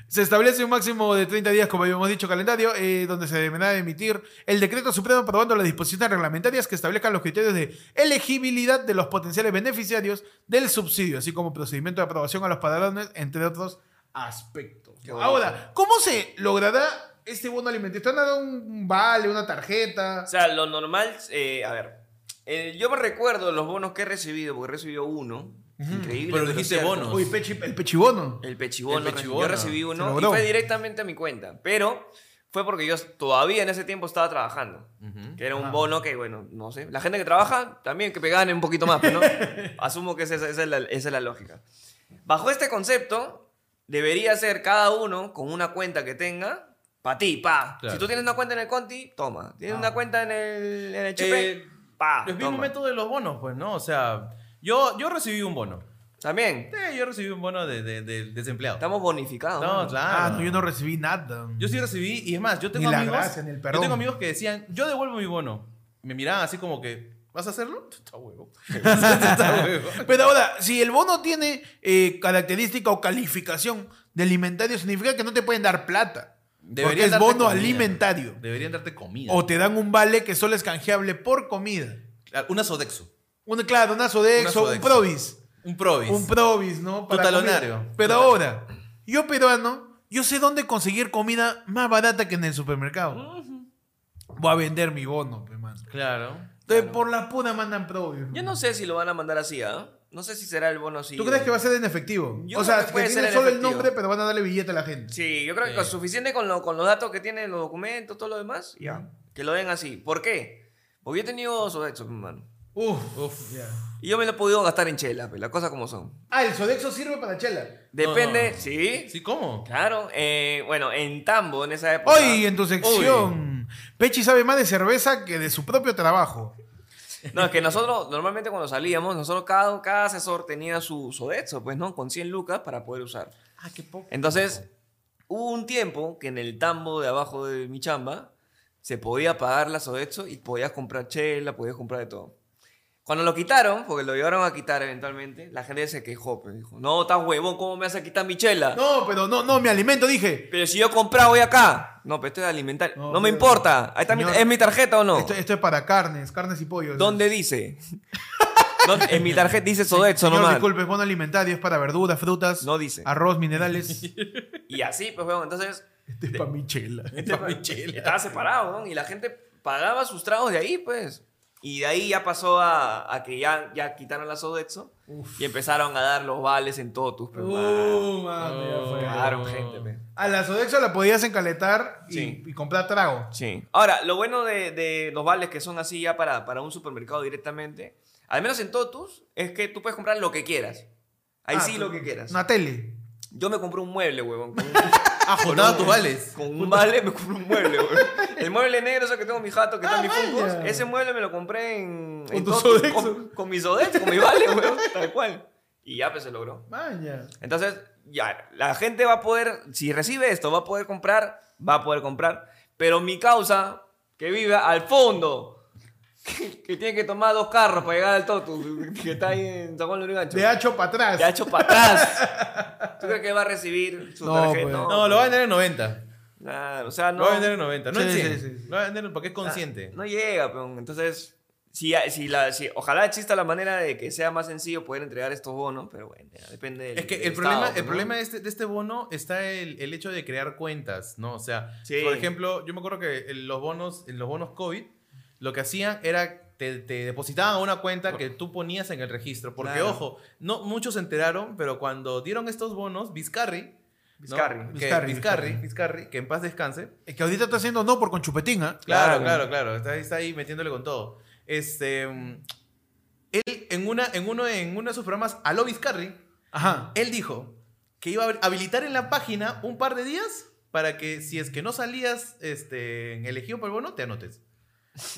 Speaker 1: Se establece un máximo de 30 días, como habíamos dicho, calendario, eh, donde se deberá emitir el decreto supremo aprobando las disposiciones reglamentarias que establezcan los criterios de elegibilidad de los potenciales beneficiarios del subsidio, así como procedimiento de aprobación a los padrones, entre otros aspectos.
Speaker 2: bonito.
Speaker 1: Ahora, ¿cómo se logrará este bono alimenticio? ¿Te han dado un vale, una tarjeta?
Speaker 2: O sea, lo normal, eh, a ver, eh, yo me recuerdo los bonos que he recibido, porque he recibibido uno. Increíble.
Speaker 3: Pero dijiste
Speaker 2: cierto.
Speaker 3: bonos.
Speaker 1: Uy, pechi- el pechibono.
Speaker 2: El pechibono.
Speaker 3: El pechibono.
Speaker 2: Yo recibí
Speaker 1: Se
Speaker 2: uno y
Speaker 1: logró.
Speaker 2: fue directamente a mi cuenta. Pero fue porque yo todavía en ese tiempo estaba trabajando.
Speaker 3: Ujú.
Speaker 2: Que era un bono que, bueno, no sé. La gente que trabaja también que pegaban un poquito más, pero no. Asumo que esa, esa es la, esa es la lógica. Bajo este concepto, debería ser cada uno con una cuenta que tenga. Pa' ti, pa.
Speaker 3: Claro.
Speaker 2: Si tú tienes una cuenta en el Conti, toma. Tienes
Speaker 1: Ah.
Speaker 2: una cuenta en el, en el Chipay,
Speaker 3: Eh,
Speaker 2: pa.
Speaker 3: Los mismos
Speaker 2: toma.
Speaker 3: métodos de los bonos, pues, ¿no? O sea, yo, yo recibí un bono.
Speaker 2: También.
Speaker 3: Sí, yo recibí un bono de, de- de desempleado.
Speaker 2: Estamos bonificados.
Speaker 3: No,
Speaker 2: mano.
Speaker 3: claro.
Speaker 1: Ah, no, yo no recibí nada.
Speaker 3: Yo sí recibí, y es más, yo tengo
Speaker 1: Ni la
Speaker 3: amigos.
Speaker 1: gracia, ni el
Speaker 3: yo
Speaker 1: perdón.
Speaker 3: tengo amigos que decían, yo devuelvo mi bono. Me miraban así como que, ¿vas a hacerlo? Está huevo. Está huevo.
Speaker 1: Pero ahora, si el bono tiene eh, característica o calificación de alimentario, significa que no te pueden dar plata. porque
Speaker 3: Deberían
Speaker 1: es
Speaker 3: darte
Speaker 1: bono
Speaker 3: comida.
Speaker 1: alimentario.
Speaker 3: Deberían darte comida.
Speaker 1: O te dan un vale que solo es canjeable por comida.
Speaker 3: Claro, Una Sodexo.
Speaker 1: Un, claro, un Sodexo,
Speaker 3: Una
Speaker 1: un
Speaker 3: Sodexo.
Speaker 1: provis.
Speaker 3: Un Provis.
Speaker 1: Un provis, ¿no?
Speaker 3: talonario.
Speaker 1: comida. Pero ahora, yo peruano, yo sé dónde conseguir comida más barata que en el supermercado. Voy a vender mi bono, pe, mano.
Speaker 3: Claro.
Speaker 1: Entonces, por la puta mandan provis.
Speaker 2: Yo
Speaker 1: man.
Speaker 2: no sé si lo van a mandar así, ¿ah? No sé si será el bono así.
Speaker 1: ¿Tú crees que va a ser en efectivo?
Speaker 2: Yo
Speaker 1: o
Speaker 2: creo
Speaker 1: sea,
Speaker 2: que
Speaker 1: que
Speaker 2: puede ser
Speaker 1: tiene
Speaker 2: en
Speaker 1: solo el
Speaker 2: efectivo.
Speaker 1: nombre, pero van a darle billete a la gente.
Speaker 2: Sí, yo creo que
Speaker 3: Sí.
Speaker 1: Eh.
Speaker 2: con suficiente con, lo- con los datos que tienen los documentos, todo lo demás, ya. Que lo den así. ¿Por qué? Porque yo he tenido Sodexo, mi hermano.
Speaker 1: Uf, ya.
Speaker 2: Y yo me lo he podido gastar en chela, pues, las cosas como son.
Speaker 1: Ah, el Sodexo sirve para chela.
Speaker 2: Depende,
Speaker 3: No.
Speaker 2: sí.
Speaker 3: ¿Sí? ¿Cómo?
Speaker 2: Claro. eh, bueno, en Tambo, en esa época.
Speaker 1: Hoy en tu sección, Pechi sabe más de cerveza que de su propio trabajo.
Speaker 2: No, es que nosotros, normalmente cuando salíamos, nosotros cada, cada asesor tenía su Sodexo, pues, ¿no? Con 100 lucas para poder usar.
Speaker 3: Ah, qué poco.
Speaker 2: Entonces, hubo un tiempo que en el tambo de abajo de mi chamba se podía pagar la Sodexo y podías comprar chela, podías comprar de todo. Cuando lo quitaron, porque lo llevaron a quitar eventualmente, la gente se quejó, pero dijo, no, estás huevón, ¿cómo me vas a quitar mi chela?
Speaker 1: No, pero no, no, mi alimento, dije.
Speaker 2: Pero si yo compraba hoy acá. No, pero esto es de alimentar.
Speaker 1: No,
Speaker 2: No, me
Speaker 1: pero-
Speaker 2: importa. Ahí está mi-
Speaker 1: Señor,
Speaker 2: ¿Es mi tarjeta o no?
Speaker 1: Esto, esto es para carnes, carnes y pollos.
Speaker 2: ¿Dónde dice? ¿Dónde- En mi tarjeta dice Sodexo
Speaker 1: Señor,
Speaker 2: nomás.
Speaker 1: disculpe, Ah. es bono alimentario, es para verduras, frutas,
Speaker 2: No dice.
Speaker 1: arroz, minerales.
Speaker 2: Y así, pues, huevón, entonces...
Speaker 1: Este es para mi chela.
Speaker 2: Este Estaba separado, ¿no? Y la gente pagaba sus tragos de ahí, pues. Y de ahí ya pasó a, a que ya, ya quitaron la Sodexo y empezaron a dar los vales en Totus. Pues, man.
Speaker 1: Uh, mami, ya
Speaker 3: Oh.
Speaker 1: fue.
Speaker 2: Cagaron gente, pues.
Speaker 1: A la Sodexo la podías encaletar y,
Speaker 2: Sí.
Speaker 1: y comprar trago.
Speaker 2: Sí. Ahora, lo bueno de, de los vales que son así ya para, para un supermercado directamente, al menos en Totus, es que tú puedes comprar lo que quieras. Ahí
Speaker 1: Ah,
Speaker 2: sí
Speaker 1: tú-
Speaker 2: lo que quieras.
Speaker 1: Una tele.
Speaker 2: Yo me compré un mueble, huevón. Con,
Speaker 3: Ajotado Ah, tus vales.
Speaker 2: con un vale me compré un mueble, huevón. El mueble negro, ese que tengo en mi jato, que
Speaker 3: Ah,
Speaker 2: está en mis
Speaker 1: vaya.
Speaker 2: Funkos. Ese mueble me lo compré en.
Speaker 1: Con
Speaker 2: en
Speaker 1: tu
Speaker 2: todo-
Speaker 1: Sodexo.
Speaker 2: Con, con mi Sodex, con mi vale, huevón. Tal cual. Y ya, pues se logró.
Speaker 1: Maña.
Speaker 2: Entonces, ya, la gente va a poder, si recibe esto, va a poder comprar, va a poder comprar. Pero mi causa, que vive al fondo, que, que tiene que tomar dos carros para llegar al Totu, que está ahí en San Juan de Lurigancho,
Speaker 1: De hacho para atrás.
Speaker 2: ya hecho para atrás. ¿Tú crees que va a recibir su
Speaker 1: No,
Speaker 2: tarjeta?
Speaker 1: pues.
Speaker 3: No, lo va a vender en 90.
Speaker 2: Nada, o sea, no.
Speaker 3: Lo va a vender en 90. No en
Speaker 1: Sí, sí,
Speaker 3: 100.
Speaker 1: sí, sí.
Speaker 3: Lo va a vender porque es consciente.
Speaker 2: No llega, peón. Entonces, si, si la, si, ojalá exista la manera de que sea más sencillo poder entregar estos bonos, pero bueno, ya, depende del
Speaker 3: Es que
Speaker 2: del
Speaker 3: el problema,
Speaker 2: estado,
Speaker 3: el
Speaker 2: ¿no?
Speaker 3: problema de, este, de este bono está el, el hecho de crear cuentas, ¿no? O sea,
Speaker 2: Sí.
Speaker 3: por ejemplo, yo me acuerdo que en los bonos, en los bonos COVID, lo que hacían era te, te depositaban a una cuenta que tú ponías en el registro. Porque,
Speaker 2: Claro.
Speaker 3: ojo, no muchos se enteraron, pero cuando dieron estos bonos, Vizcarri. ¿no?
Speaker 2: Vizcarri.
Speaker 3: Que-
Speaker 1: Vizcarri,
Speaker 3: Vizcarri,
Speaker 1: Vizcarri.
Speaker 3: Vizcarri, que en paz descanse.
Speaker 1: Es que ahorita está haciendo no por con chupetín, ¿ah?
Speaker 3: Claro,
Speaker 2: Claro.
Speaker 3: claro, claro. Está, está ahí metiéndole con todo. Este. mm, Él, en, una, en, uno, en uno de sus programas, a lo Vizcarri,
Speaker 1: Ajá.
Speaker 3: él dijo que iba a haber- habilitar en la página un par de días para que si es que no salías este, en elegido por el bono, te anotes.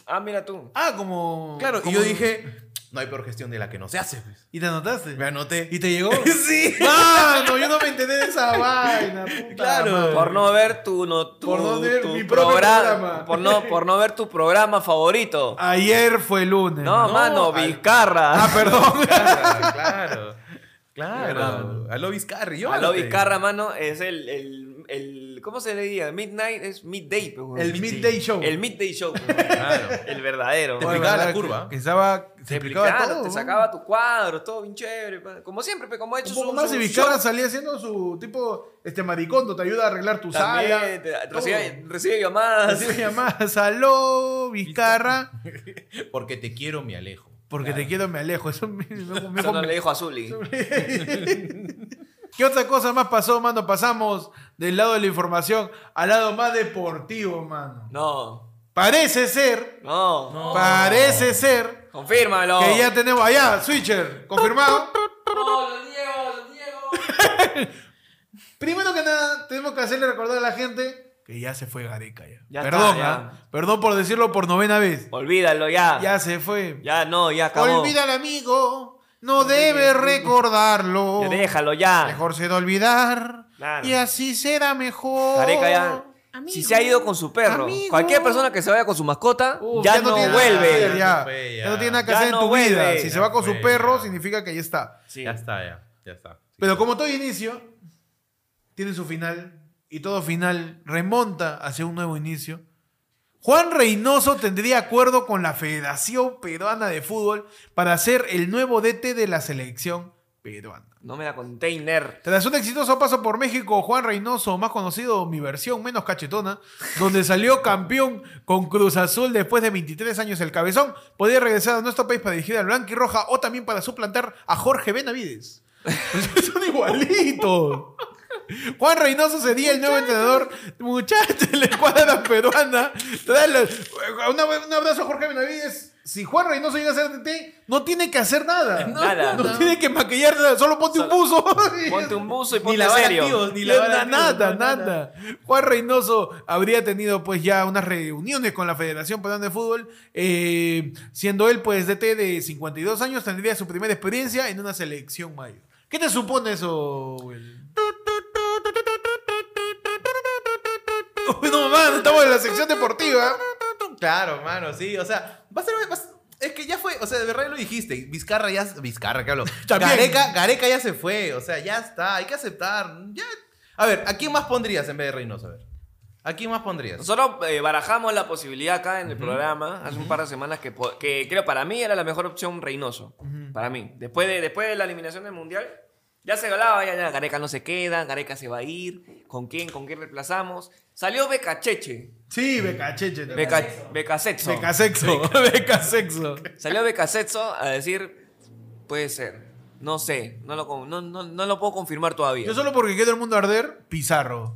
Speaker 2: Ah, mira tú.
Speaker 1: Ah, como.
Speaker 3: Claro, y
Speaker 1: como-
Speaker 3: yo dije, no hay peor gestión de la que no se hace. pues".
Speaker 1: ¿Y te anotaste?
Speaker 3: Me anoté.
Speaker 1: ¿Y te llegó?
Speaker 3: sí.
Speaker 1: ¡Mano! Yo no me enteré de esa vaina. puta
Speaker 3: Claro.
Speaker 1: madre.
Speaker 2: Por no ver tu, no, tu,
Speaker 1: Por no ver
Speaker 2: tu
Speaker 1: mi propio
Speaker 2: progra-
Speaker 1: programa.
Speaker 2: Por no, por no ver tu programa favorito.
Speaker 1: Ayer fue lunes.
Speaker 2: no,
Speaker 3: no,
Speaker 2: mano,
Speaker 3: al-
Speaker 2: Vizcarra.
Speaker 1: Ah, perdón.
Speaker 3: Claro, claro.
Speaker 2: Claro.
Speaker 3: Claro. A lo Vizcarri. yo
Speaker 2: Aló,
Speaker 3: anoté.
Speaker 2: Vizcarra, mano, es el, el, el- ¿Cómo se le diría? Midnight es midday. pues, weón.
Speaker 1: El midday show.
Speaker 2: El midday show. pues, weón.
Speaker 3: Claro.
Speaker 2: el verdadero.
Speaker 3: Te
Speaker 2: weón.
Speaker 3: explicaba la
Speaker 1: ¿verdad?
Speaker 3: curva.
Speaker 1: Que, que estaba, se explicaba
Speaker 2: Claro,
Speaker 1: todo.
Speaker 2: Te
Speaker 1: ¿no?
Speaker 2: sacaba tu cuadro, todo bien chévere. pa. Como siempre, pe, como ha hecho
Speaker 1: Un poco
Speaker 2: su-
Speaker 1: más
Speaker 2: su
Speaker 1: y Vizcarra salía haciendo su tipo este maricondo, te ayuda a arreglar tu
Speaker 2: show. También,
Speaker 1: sala.
Speaker 2: te-
Speaker 1: todo.
Speaker 2: recibe, recibe llamadas.
Speaker 1: Así me llamabas, aló, Vizcarra,
Speaker 3: Porque te quiero, mi Alejo.
Speaker 1: porque te quiero, me alejo. Eso me, me- me-
Speaker 2: Eso no
Speaker 1: me-
Speaker 2: le dijo a Zully.
Speaker 1: ¿Qué otra cosa más pasó, mano? Pasamos del lado de la información al lado más deportivo, mano.
Speaker 2: No,
Speaker 1: Parece ser,
Speaker 2: no. no.
Speaker 1: parece ser
Speaker 2: Confírmalo.
Speaker 1: que ya tenemos allá, Switcher, confirmado.
Speaker 2: No, lo niego, lo niego.
Speaker 1: Primero que nada, tenemos que hacerle recordar a la gente que ya se fue Gareca ya.
Speaker 2: Ya
Speaker 1: perdón,
Speaker 2: está, ya.
Speaker 1: ¿ah? perdón por decirlo por novena vez.
Speaker 2: Olvídalo ya. ya.
Speaker 1: Ya se fue.
Speaker 2: no, ya acabó.
Speaker 1: Olvida al amigo, no debe recordarlo.
Speaker 2: Ya déjalo ya.
Speaker 1: Mejor será olvidar
Speaker 2: Ah. Claro.
Speaker 1: y así será mejor.
Speaker 2: Careca ya. si se ha ido con su perro,
Speaker 1: Amigo.
Speaker 2: cualquier persona que se vaya con su mascota
Speaker 1: Uf,
Speaker 2: ya, no
Speaker 1: tiene nada que hacer,
Speaker 2: vuelve.
Speaker 1: Ya.
Speaker 3: Fue, ya.
Speaker 1: Ya no tiene nada que
Speaker 2: Ya
Speaker 1: hacer
Speaker 2: no
Speaker 1: en tu
Speaker 2: vuelve.
Speaker 1: vida. Si se
Speaker 3: Ya
Speaker 1: va con su
Speaker 3: fue,
Speaker 1: perro,
Speaker 3: ya.
Speaker 1: significa que ya está.
Speaker 2: Sí.
Speaker 3: Ya está, ya. Ya está. Sí.
Speaker 1: Pero como todo inicio, tiene su final. Y todo final remonta hacia un nuevo inicio. Juan Reynoso tendría acuerdo con la Federación Peruana de Fútbol para ser el nuevo DT de la selección peruana.
Speaker 2: No me la container.
Speaker 1: Tras un exitoso paso por México, Juan Reynoso, más conocido mi versión menos cachetona, donde salió campeón con Cruz Azul después de 23 años el cabezón, podía regresar a nuestro país para dirigir al Blanquirroja o también para suplantar a Jorge Benavides. Son igualitos. Juan Reynoso sería el nuevo entrenador, muchacho, de la escuadra peruana. Tras la- Una- un abrazo a Jorge Benavides. Si Juan Reynoso llega a ser DT, no tiene que hacer nada.
Speaker 2: No, Nada.
Speaker 1: No tiene que maquillar nada, solo ponte un buzo.
Speaker 2: Ponte un buzo y ponte
Speaker 3: la van
Speaker 2: serio.
Speaker 3: activos, ni
Speaker 1: Ni
Speaker 3: la van
Speaker 1: nada,
Speaker 3: activos,
Speaker 1: nada,
Speaker 3: no, nada.
Speaker 1: nada. Juan Reynoso habría tenido pues ya unas reuniones con la Federación Peruana de Fútbol, eh, siendo él pues DT de 52 años, tendría su primera experiencia en una selección mayor. ¿Qué te supone eso, güey? Uy, no, man, estamos en la sección deportiva.
Speaker 3: Claro, mano, sí, o sea, va a ser... va a ser- es que ya fue, o sea, de verdad lo dijiste. Vizcarra ya. Vizcarra, que hablo.
Speaker 1: También.
Speaker 3: Gareca, Gareca ya se fue, o sea, ya está, hay que aceptar. ya. A ver, ¿a quién más pondrías en vez de Reynoso? A ver. ¿A quién más pondrías?
Speaker 2: Nosotros eh, barajamos la posibilidad acá en el programa hace un par de semanas que, po- que creo para mí era la mejor opción Reynoso. Para mí. Después de, después de la eliminación del Mundial, ya se hablaba, ya, ya, Gareca no se queda, Gareca se va a ir, ¿con quién? ¿Con quién reemplazamos? Salió Becacheche,
Speaker 1: Sí, becacheche. también.
Speaker 2: Beca, Becasexo.
Speaker 1: Becasexo. Becasexo.
Speaker 2: Salió Becasexo a decir, puede ser, no sé, no lo, con- no, no, no lo puedo confirmar todavía.
Speaker 1: Yo solo porque quiero el mundo arder, Pizarro.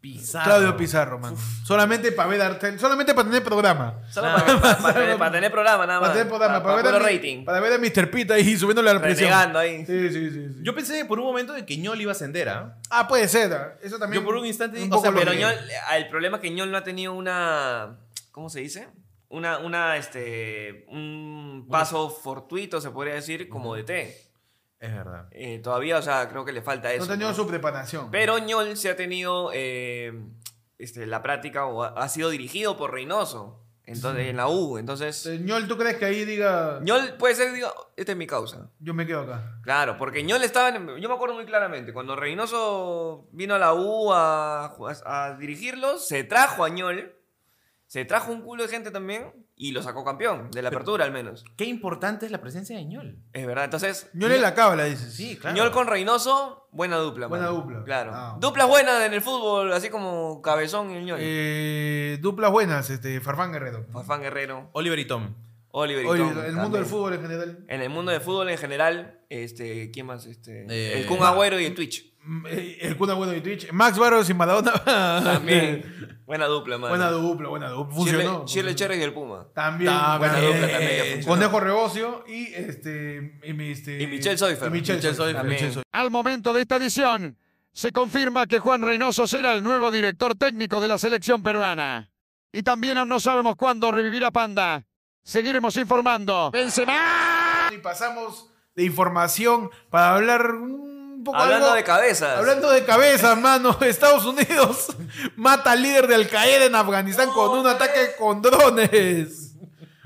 Speaker 6: Pizarro.
Speaker 1: Claudio Pizarro, man. Solamente para ver arte- solamente para tener programa.
Speaker 2: Solo para, para- para tener, para tener programa, nada más.
Speaker 1: Para tener programa,
Speaker 2: Ah, Pa-
Speaker 1: para,
Speaker 2: puro
Speaker 1: ver a mi-
Speaker 2: rating.
Speaker 1: para ver a Mr. Pita ahí subiéndole a la presión.
Speaker 2: Renegando ahí.
Speaker 1: Sí, sí, sí. sí.
Speaker 3: Yo pensé por un momento de que Ñol iba a ascender, ¿ah?
Speaker 1: ah, puede ser. ah. Eso también.
Speaker 3: Yo por un instante
Speaker 1: un
Speaker 3: o
Speaker 1: poco
Speaker 3: sea,
Speaker 1: lo
Speaker 2: Pero
Speaker 1: vi.
Speaker 2: Ñol, el problema es que Ñol no ha tenido una. ¿Cómo se dice? Una, una, este. Un paso fortuito, se podría decir, como de té.
Speaker 3: Es verdad.
Speaker 2: Eh, todavía, o sea, creo que le falta eso.
Speaker 1: No tenía
Speaker 2: ¿no?
Speaker 1: su preparación.
Speaker 2: Pero Ñol se ha tenido eh, este, la práctica o ha, ha sido dirigido por Reynoso entonces, en la U. Entonces,
Speaker 1: Ñol, ¿tú crees que ahí diga
Speaker 2: Ñol puede ser, digo, esta es mi causa.
Speaker 1: yo me quedo acá?
Speaker 2: Claro, porque Ñol estaba. en- yo me acuerdo muy claramente, cuando Reynoso vino a la U a, ju- a dirigirlo, se trajo a Ñol, se trajo un culo de gente también y lo sacó campeón, de la apertura al menos.
Speaker 3: Qué importante es la presencia de Ñol.
Speaker 2: Es verdad, entonces.
Speaker 1: Ñol es la cábala, dices.
Speaker 3: Sí, claro.
Speaker 2: Ñol con Reynoso, buena dupla.
Speaker 1: Buena
Speaker 2: mano.
Speaker 1: dupla.
Speaker 2: Claro.
Speaker 1: Ah.
Speaker 2: Duplas buenas en el fútbol, así como Cabezón y Ñol.
Speaker 1: Eh, duplas buenas, este, Farfán Guerrero.
Speaker 2: Farfán Guerrero,
Speaker 3: Oliver y Tom.
Speaker 2: Oliver y
Speaker 1: Oye,
Speaker 2: Tom,
Speaker 1: el
Speaker 2: también. Eh.
Speaker 1: mundo del fútbol en general.
Speaker 2: En el mundo del fútbol en general, este, ¿quién más? Este,
Speaker 3: Eh,
Speaker 2: el Kun Agüero y el Twitch.
Speaker 1: Mm, eh, El Kun Agüero de Twitch. Max Barros y Maradona.
Speaker 2: También. buena dupla, mano.
Speaker 1: buena dupla, buena dupla.
Speaker 2: Shirley-
Speaker 1: Funcionó.
Speaker 2: Shirley
Speaker 1: funcionó.
Speaker 2: Cherry y el Puma.
Speaker 1: También.
Speaker 3: También.
Speaker 1: buena
Speaker 2: Buena
Speaker 1: dupla
Speaker 2: dupla Ah, también que
Speaker 1: Eh,
Speaker 2: funcionó.
Speaker 1: Conejo Rebocio y este. Y, mi, este,
Speaker 2: Y Michelle Seufer.
Speaker 1: y Michelle
Speaker 2: Michelle
Speaker 1: Seufer.
Speaker 2: Seufer.
Speaker 1: Michelle Seufer.
Speaker 7: Al momento de esta edición, se confirma que Juan Reynoso será el nuevo director técnico de la selección peruana. Y también aún no sabemos cuándo revivirá Panda. Seguiremos informando.
Speaker 1: Y pasamos de información para hablar un poco
Speaker 2: Hablando
Speaker 1: algo-
Speaker 2: de cabezas.
Speaker 1: Hablando de cabeza, mano, Estados Unidos mata al líder de Al Qaeda en Afganistán con un ataque con drones.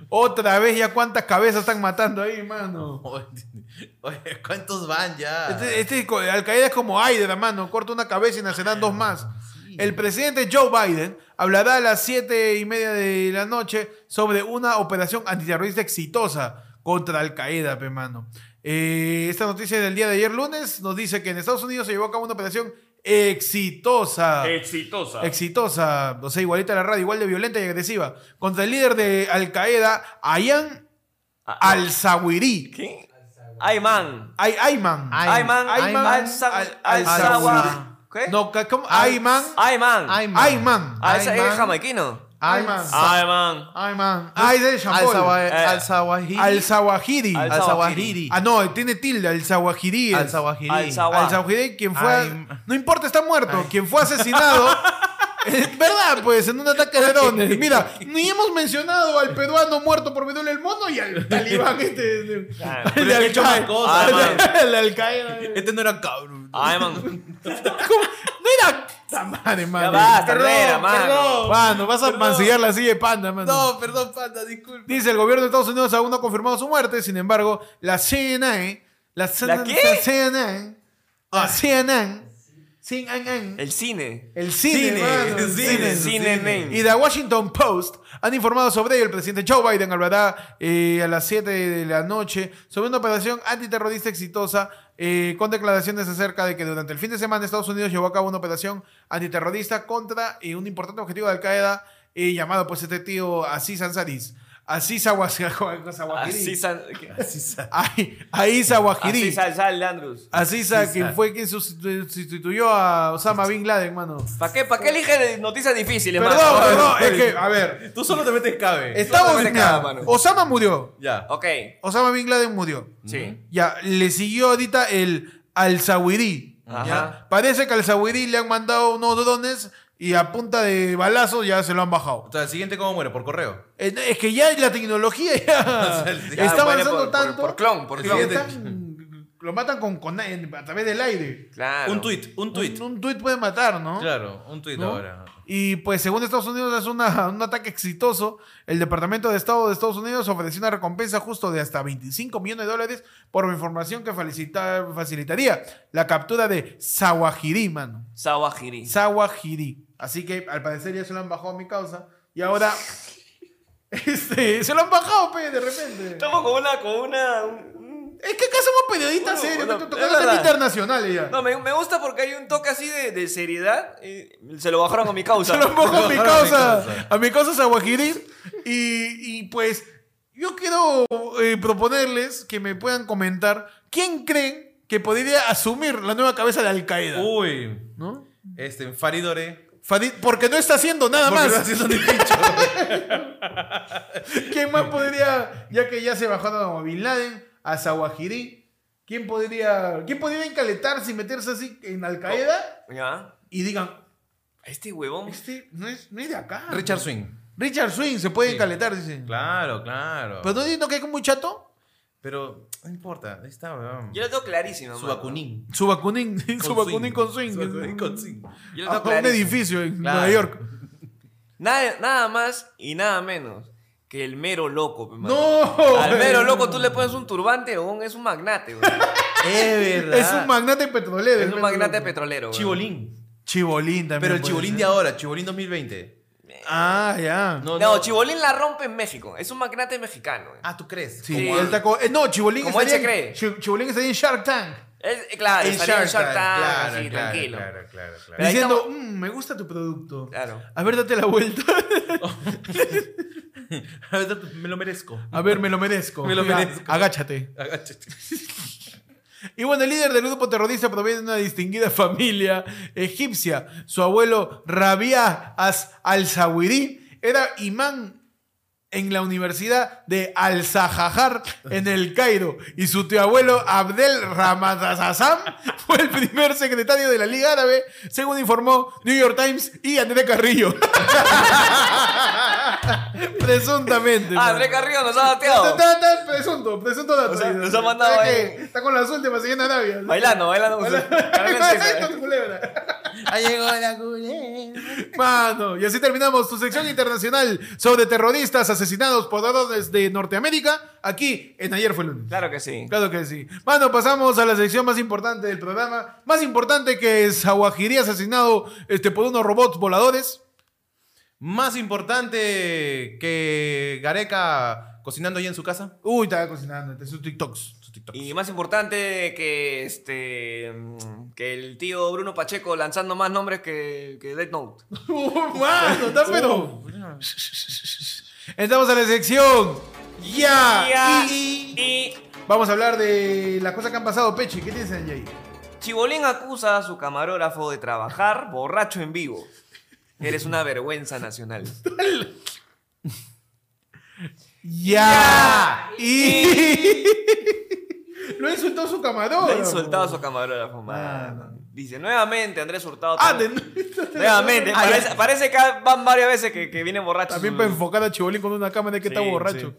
Speaker 1: Otra vez, ya cuántas cabezas están matando ahí, mano.
Speaker 3: Oye, ¿cuántos van ya?
Speaker 1: Este, este co- Al Qaeda es como Hydra, mano. Corta una cabeza y nacerán dos más. El presidente Joe Biden hablará a las siete y media de la noche sobre una operación antiterrorista exitosa contra Al Qaeda, pe, mano. Eh, esta noticia del día de ayer lunes nos dice que en Estados Unidos se llevó a cabo una operación exitosa.
Speaker 8: Exitosa.
Speaker 1: Exitosa, o sea, igualita a la radio, igual de violenta y agresiva, contra el líder de Al Qaeda, Ayman
Speaker 2: Ah,
Speaker 1: al-Zawiri.
Speaker 2: ¿Qué? Ay, man.
Speaker 1: Ay, Ayman.
Speaker 2: Ayman.
Speaker 1: Ayman
Speaker 2: Al-Sa-
Speaker 1: al-
Speaker 2: Al-Sawa-
Speaker 1: al-
Speaker 2: ¿Qué?
Speaker 1: No, ca- ¿cómo? Ayman.
Speaker 2: Ay, man.
Speaker 3: Ayman.
Speaker 1: Ayman.
Speaker 2: Ah, ese
Speaker 3: Ayman.
Speaker 2: es jamaiquino.
Speaker 1: Ayman.
Speaker 2: Ay, man.
Speaker 1: Ayman. Ay, de Champol.
Speaker 2: Eh.
Speaker 3: Al-Zawahiri.
Speaker 1: Al-Zawahiri.
Speaker 2: Al-
Speaker 3: Al-Zawahiri.
Speaker 1: Ah, no, tiene tilde, al-Zawahiri. es.
Speaker 2: Al-Zawa-
Speaker 3: Al-Zawahiri.
Speaker 1: Al-Zawahiri, quien fue.
Speaker 3: Ay.
Speaker 1: No importa, está muerto. Quien fue asesinado. Es verdad, pues, en un ataque de drones. Mira, ni hemos mencionado al peruano muerto por Vidal el Mono y al talibán este. de-
Speaker 2: Claro.
Speaker 1: el de
Speaker 3: Pero es que
Speaker 1: Al
Speaker 3: he hecho más
Speaker 1: Qaeda.
Speaker 3: cosas,
Speaker 1: El de Al Qaeda.
Speaker 3: Este no era cabrón.
Speaker 2: Ay, man.
Speaker 1: ¿Cómo? No era. Puta madre, mano.
Speaker 2: basta,
Speaker 1: Perdón,
Speaker 2: Herrera, mano.
Speaker 1: perdón. Mano, vas a mancillar la silla de panda, mano.
Speaker 6: No, perdón, panda, disculpe.
Speaker 1: Dice, el gobierno de Estados Unidos aún no ha confirmado su muerte, sin embargo, la CNN, la, CNN,
Speaker 2: qué?
Speaker 1: la CNN, la CNN, CNN,
Speaker 2: El cine.
Speaker 1: el cine, mano, el
Speaker 2: Cine.
Speaker 1: cine,
Speaker 2: Cine, name.
Speaker 1: y The Washington Post han informado sobre ello. El presidente Joe Biden hablará eh, a las 7 de la noche sobre una operación antiterrorista exitosa eh, con declaraciones acerca de que durante el fin de semana Estados Unidos llevó a cabo una operación antiterrorista contra eh, un importante objetivo de Al-Qaeda eh, llamado pues este tío Aziz Ansari. Aziz
Speaker 2: Así
Speaker 1: Awahiri.
Speaker 2: sal.
Speaker 1: Aziz Awahiri.
Speaker 2: Así sal, sal, Andrews.
Speaker 1: Aziz, quien fue quien sustitu- sustituyó a Osama Bin Laden, mano.
Speaker 2: ¿Para qué, ¿Para qué elige noticias difíciles,
Speaker 1: Perdón,
Speaker 2: mano?
Speaker 1: perdón, es que, a ver,
Speaker 3: Tú solo te metes cabe.
Speaker 1: Estamos
Speaker 2: Solamente
Speaker 1: mira,
Speaker 2: cada mano.
Speaker 1: Osama murió.
Speaker 3: Ya.
Speaker 2: Ok,
Speaker 1: Osama Bin Laden murió.
Speaker 2: sí.
Speaker 1: Ya, le siguió ahorita el Al-Zawiri.
Speaker 2: Ajá.
Speaker 1: Mm, Ya. Parece que al Zawiri le han mandado unos drones y a punta de balazos ya se lo han bajado.
Speaker 3: Entonces, el siguiente, ¿cómo muere? ¿Por correo?
Speaker 1: Es es que ya la tecnología ya
Speaker 3: Ya,
Speaker 1: está
Speaker 2: muere
Speaker 1: avanzando
Speaker 2: por- por-
Speaker 1: tanto.
Speaker 2: por clon, por
Speaker 1: que
Speaker 2: clon.
Speaker 1: están- lo matan con, con- en- a través del aire.
Speaker 2: Claro.
Speaker 3: Un tweet, un tweet.
Speaker 1: Un, un tuit puede matar, ¿no?
Speaker 3: Claro, un tweet
Speaker 1: ¿no?
Speaker 3: ahora.
Speaker 1: Y pues según Estados Unidos es una- un ataque exitoso. El Departamento de Estado de Estados Unidos ofreció una recompensa justo de hasta 25 millones de dólares por información que facilita- facilitaría la captura de Sawahiri, mano.
Speaker 2: Sawahiri.
Speaker 1: Sawahiri. Así que al parecer ya se lo han bajado a mi causa. Y ahora... este, se lo han bajado, pe, de repente.
Speaker 2: Estamos con una. Con una un-
Speaker 1: Es que acá somos periodistas
Speaker 2: Bueno,
Speaker 1: serios,
Speaker 2: bueno,
Speaker 1: que
Speaker 2: es
Speaker 1: tocamos temas
Speaker 2: verdad.
Speaker 1: internacionales ya.
Speaker 2: No, me, me gusta porque hay un toque así de, de seriedad. eh, se lo bajaron a mi causa.
Speaker 1: Se lo mojo a mi
Speaker 3: Claro,
Speaker 1: causa. A mi causa Saguajirí. Y, y pues yo quiero eh, proponerles que me puedan comentar quién
Speaker 3: Uh.
Speaker 1: creen que podría asumir la nueva cabeza de Al Qaeda.
Speaker 3: Uy.
Speaker 1: ¿No?
Speaker 3: Este, Faridore.
Speaker 1: Fadi- porque no está haciendo nada
Speaker 3: Porque
Speaker 1: más.
Speaker 3: no haciendo ni pincho.
Speaker 1: ¿Quién más podría, ya que ya se bajaron a Bin Laden, a Zawahiri? ¿Quién podría, ¿quién podría encaletarse y meterse así en Al
Speaker 3: Oh.
Speaker 1: Qaeda?
Speaker 2: ¿Ya?
Speaker 1: Y digan,
Speaker 2: Este huevón.
Speaker 1: este no es, no es de acá.
Speaker 3: Richard Swing.
Speaker 1: Richard Swing se puede encaletar, dice.
Speaker 3: Claro, claro.
Speaker 1: ¿Pero no diciendo que es muy chato?
Speaker 3: Pero no importa, ahí está, weón.
Speaker 2: Yo lo tengo clarísimo.
Speaker 3: Su
Speaker 2: mano.
Speaker 3: vacunín.
Speaker 1: Su vacunín, su vacunín con swing.
Speaker 3: Su vacunín con swing.
Speaker 2: Yo lo
Speaker 1: A
Speaker 2: tengo
Speaker 1: un
Speaker 2: clarísimo.
Speaker 1: edificio en
Speaker 3: Claro.
Speaker 1: Nueva York.
Speaker 2: Nada, nada más y nada menos que el mero loco. pe, mano.
Speaker 1: ¡No!
Speaker 2: Al mero loco tú le pones un turbante, huevón, es un magnate. huevón.
Speaker 3: Es verdad.
Speaker 1: Es un magnate petrolero.
Speaker 2: es
Speaker 1: el
Speaker 2: un
Speaker 1: Mero
Speaker 2: magnate
Speaker 1: Loco.
Speaker 2: petrolero. huevón.
Speaker 3: Chibolín.
Speaker 1: Chibolín también.
Speaker 3: Pero el
Speaker 1: puede
Speaker 3: chibolín
Speaker 1: ser.
Speaker 3: de ahora, chibolín 2020.
Speaker 1: Ah, ya.
Speaker 3: No,
Speaker 2: No,
Speaker 3: no.
Speaker 2: Chibolín la rompe en México. Es un magnate mexicano. huevón.
Speaker 3: Ah, ¿tú crees?
Speaker 1: Sí,
Speaker 2: Como
Speaker 1: él
Speaker 2: él.
Speaker 1: está co- eh, no, Chibolín
Speaker 2: Como él
Speaker 1: estaría
Speaker 2: se
Speaker 1: en-
Speaker 2: cree.
Speaker 1: Chi- Chibolín estaría en Shark Tank.
Speaker 2: Es- eh, claro,
Speaker 3: El
Speaker 2: estaría en Shark Tank,
Speaker 3: claro,
Speaker 2: así,
Speaker 3: claro,
Speaker 2: tranquilo.
Speaker 3: Claro, claro, claro.
Speaker 2: Pero ahí
Speaker 1: diciendo,
Speaker 2: estamos- Ah.
Speaker 1: "Mm, me gusta tu producto.
Speaker 2: Claro.
Speaker 1: A ver, date la vuelta.
Speaker 3: A ver, Me lo merezco.
Speaker 1: A ver, me lo merezco.
Speaker 3: Me lo
Speaker 1: Ya,
Speaker 3: merezco.
Speaker 1: Agáchate.
Speaker 3: Agáchate.
Speaker 1: Y bueno, el líder del grupo terrorista proviene de una distinguida familia egipcia. Su abuelo Rabia As al-Zawiri era imán en la Universidad de Al-Zahajar en el Cairo y su tío abuelo Abdel Ramadazazam fue el primer secretario de la Liga Árabe, según informó New York Times y André Carrillo. Presuntamente.
Speaker 2: Ah,
Speaker 1: man.
Speaker 2: André Carrillo nos ha bateado.
Speaker 1: Está, está, está, presunto, presunto dato.
Speaker 2: O sea,
Speaker 1: Dice.
Speaker 2: nos ha mandado
Speaker 1: Está
Speaker 2: ahí.
Speaker 1: que Está con las últimas siguiendo a Arabia.
Speaker 2: Bailando, bailando con su. Carmen César.
Speaker 1: Con culebra.
Speaker 6: Ha llegado la culebra.
Speaker 1: Mano, y así terminamos tu sección internacional sobre terroristas asesinados por órdenes de Norteamérica aquí en Ayer fue lunes.
Speaker 2: Claro que sí.
Speaker 1: Claro que sí. Mano, pasamos a la sección más importante del programa. Más importante que Zawahiri asesinado este, por unos robots voladores.
Speaker 3: Más importante que Gareca cocinando ya en su casa.
Speaker 1: Uy, estaba cocinando, este, sus TikToks. Sus TikToks.
Speaker 2: Y más importante que este mm, que el tío Bruno Pacheco lanzando más nombres que, que Death Note.
Speaker 1: Uh, mano, está pero. Entramos a la sección. Ya.
Speaker 2: Ya.
Speaker 1: Ah, Y-
Speaker 2: Y
Speaker 1: Vamos a hablar de las cosas que han pasado, Pechi. ¿Qué tienes en ahí?
Speaker 2: Chibolín acusa a su camarógrafo de trabajar borracho en vivo. Eres una vergüenza nacional.
Speaker 1: Ya. Y. Lo insultó su camarón.
Speaker 2: Le ha insultado a su camarógrafo, mano. Dice, nuevamente Andrés Hurtado.
Speaker 1: Ah, de-
Speaker 2: Nuevamente.
Speaker 1: Ah, ya.
Speaker 2: parece, parece que van varias veces que, que viene borracho.
Speaker 1: También
Speaker 2: su-
Speaker 1: para enfocar a Chibolín con una cámara que está
Speaker 2: Sí,
Speaker 1: borracho.